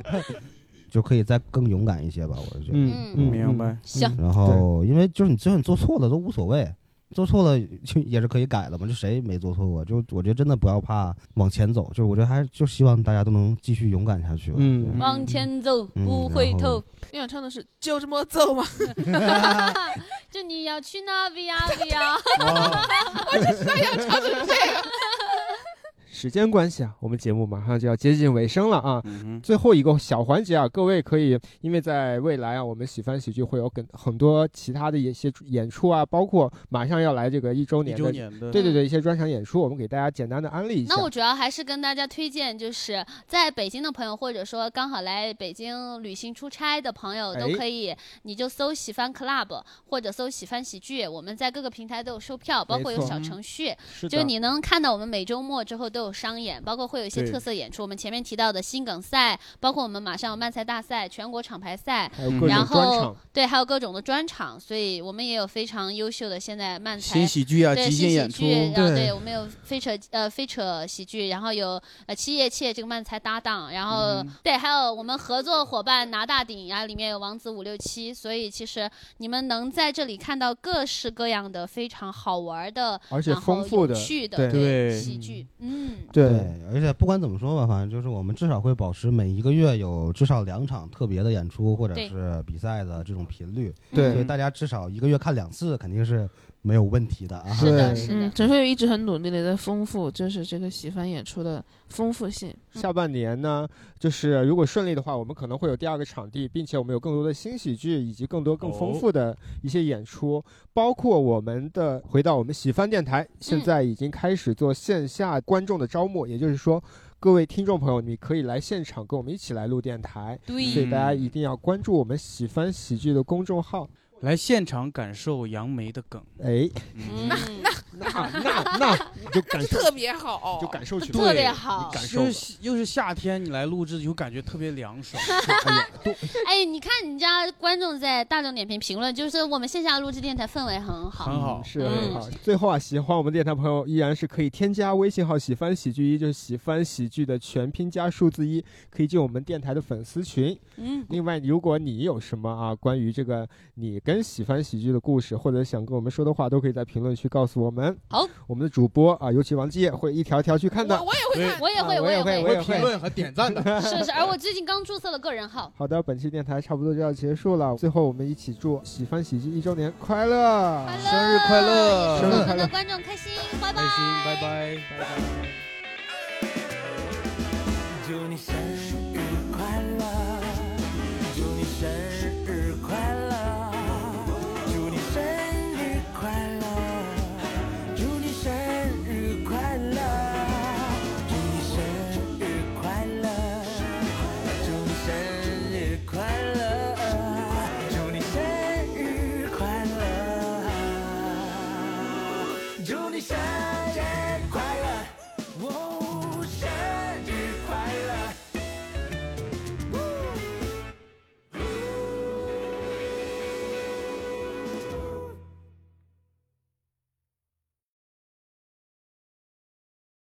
[SPEAKER 6] 就可以再更勇敢一些吧，我是觉得。
[SPEAKER 2] 嗯嗯，
[SPEAKER 5] 明白。
[SPEAKER 3] 行，
[SPEAKER 6] 然后，因为就是你，就算你做错了都无所谓，做错了就也是可以改的嘛。就谁没做错过？就我觉得真的不要怕往前走，就是我觉得还是就希望大家都能继续勇敢下去吧。
[SPEAKER 2] 嗯
[SPEAKER 6] 对
[SPEAKER 5] 嗯
[SPEAKER 3] 往前走
[SPEAKER 6] 嗯
[SPEAKER 3] 不回
[SPEAKER 6] 然
[SPEAKER 3] 头
[SPEAKER 6] 后，
[SPEAKER 4] 你想唱的是就这么走吗？
[SPEAKER 3] 就你要去哪里啊呀里呀？
[SPEAKER 2] 时间关系啊，我们节目马上就要接近尾声了啊。
[SPEAKER 5] 嗯
[SPEAKER 2] 最后一个小环节啊，各位可以，因为在未来啊，我们喜翻喜剧会有很很多其他的一些演出啊，包括马上要来这个一周
[SPEAKER 5] 哼，一
[SPEAKER 2] 年
[SPEAKER 5] 周
[SPEAKER 2] 的，
[SPEAKER 5] 年的
[SPEAKER 2] 对对对，一些专场演出，我们给大家简单的安利一下。
[SPEAKER 3] 那我主要还是跟大家推荐，就是在北京的朋友，或者说刚好来北京旅行出差的朋友，都
[SPEAKER 2] 哎
[SPEAKER 3] 可以，你就搜喜翻 club 或者搜喜翻喜剧，我们在各个平台都有售票，包括有
[SPEAKER 2] 错
[SPEAKER 3] 小
[SPEAKER 5] 嗯
[SPEAKER 3] 程序，
[SPEAKER 2] 是
[SPEAKER 3] 就是你能看到我们每周末之后都有商演，包括会有一些
[SPEAKER 5] 对
[SPEAKER 3] 特色演出，我们前面提到的新梗赛，包括我们马上有漫才大赛、全国厂牌赛，
[SPEAKER 2] 还有各种
[SPEAKER 3] 然
[SPEAKER 2] 专
[SPEAKER 3] 后
[SPEAKER 2] 场，
[SPEAKER 3] 对，还有各种的专场，所以我们也有非常优秀的现在漫才
[SPEAKER 5] 新喜剧啊，
[SPEAKER 3] 对
[SPEAKER 5] 即
[SPEAKER 3] 新
[SPEAKER 5] 兴
[SPEAKER 3] 喜
[SPEAKER 5] 演出，
[SPEAKER 3] 剧，然后对我们有飞扯呃飞扯喜剧，然后有呃七叶切这个漫才搭档，然后、
[SPEAKER 5] 嗯
[SPEAKER 3] 对还有我们合作伙伴拿大顶，然后里面有王子五六七，所以其实你们能在这里看到各式各样的非常好玩的，
[SPEAKER 2] 而且
[SPEAKER 3] 然后
[SPEAKER 2] 丰富的
[SPEAKER 3] 有，趣的
[SPEAKER 2] 对
[SPEAKER 5] 对
[SPEAKER 3] 喜剧，嗯，
[SPEAKER 2] 对，
[SPEAKER 6] 而且不管怎么说吧，反正就是我们至少会保持每一个月有至少两场特别的演出或者
[SPEAKER 3] 对嗯
[SPEAKER 6] 是比赛的这种频率，
[SPEAKER 2] 对
[SPEAKER 6] 所以大家至少一个月看两次肯定是没有问题的啊。
[SPEAKER 3] 是的，
[SPEAKER 2] 对
[SPEAKER 3] 是的
[SPEAKER 4] 嗯，，陈飞宇一直很努力的在丰富，就是这个喜欢演出的丰富性。
[SPEAKER 2] 下半年呢，就是如果顺利的话，我们可能会有第二个场地，并且我们有更多的新喜剧以及更多更丰富的一些演出，包括我们的回到我们喜翻电台，现在已经开始做线下观众的招募，也就是说。各位听众朋友，你可以来现场跟我们一起来录电台，所
[SPEAKER 3] 对
[SPEAKER 2] 以大家一定要关注我们喜翻喜剧的公众号。
[SPEAKER 5] 来现场感受杨梅的梗。
[SPEAKER 2] 哎，
[SPEAKER 3] 嗯，
[SPEAKER 8] 那
[SPEAKER 2] 那那那你就感受
[SPEAKER 8] 特别好，
[SPEAKER 2] 就感受去吧，
[SPEAKER 3] 特别好
[SPEAKER 2] 你感受
[SPEAKER 5] 就
[SPEAKER 2] 吧。
[SPEAKER 5] 是又是夏天，你来录制就感觉特别凉 爽。
[SPEAKER 2] 哎呀，都
[SPEAKER 3] 哎，你看人家观众在大众点评评论，就是我们线下录制电台氛围很好。
[SPEAKER 5] 很好
[SPEAKER 2] 是
[SPEAKER 3] 嗯
[SPEAKER 2] 很好。最后啊，喜欢我们电台朋友依然是可以添加微信号“喜翻喜剧一”，就是喜翻喜剧的全拼加数字一，可以进我们电台的粉丝群。
[SPEAKER 3] 嗯，
[SPEAKER 2] 另外，如果你有什么啊关于这个你跟喜欢喜剧的故事，或者想跟我们说的话，都可以在评论区告诉我们。
[SPEAKER 3] 好，
[SPEAKER 2] 我们的主播啊，尤其王继业会一条条去看
[SPEAKER 8] 我
[SPEAKER 2] 的。
[SPEAKER 8] 我也会
[SPEAKER 5] 嗯
[SPEAKER 8] 看。
[SPEAKER 3] 我也会，
[SPEAKER 2] 啊我
[SPEAKER 3] 也会
[SPEAKER 2] 也 会，我也
[SPEAKER 5] 评论和点赞的，
[SPEAKER 3] 是是。而我最近刚注册了个人号，
[SPEAKER 2] 好的，本期电台差不多就要结束了。最后，我们一起祝喜欢喜剧一周年快乐！
[SPEAKER 3] 快乐，
[SPEAKER 5] 生日快乐
[SPEAKER 3] 也祝
[SPEAKER 2] 生日
[SPEAKER 3] 我
[SPEAKER 2] 啊快
[SPEAKER 3] 们的
[SPEAKER 2] 乐
[SPEAKER 3] 观众开心，拜
[SPEAKER 5] 开心，拜拜。
[SPEAKER 10] 祝你生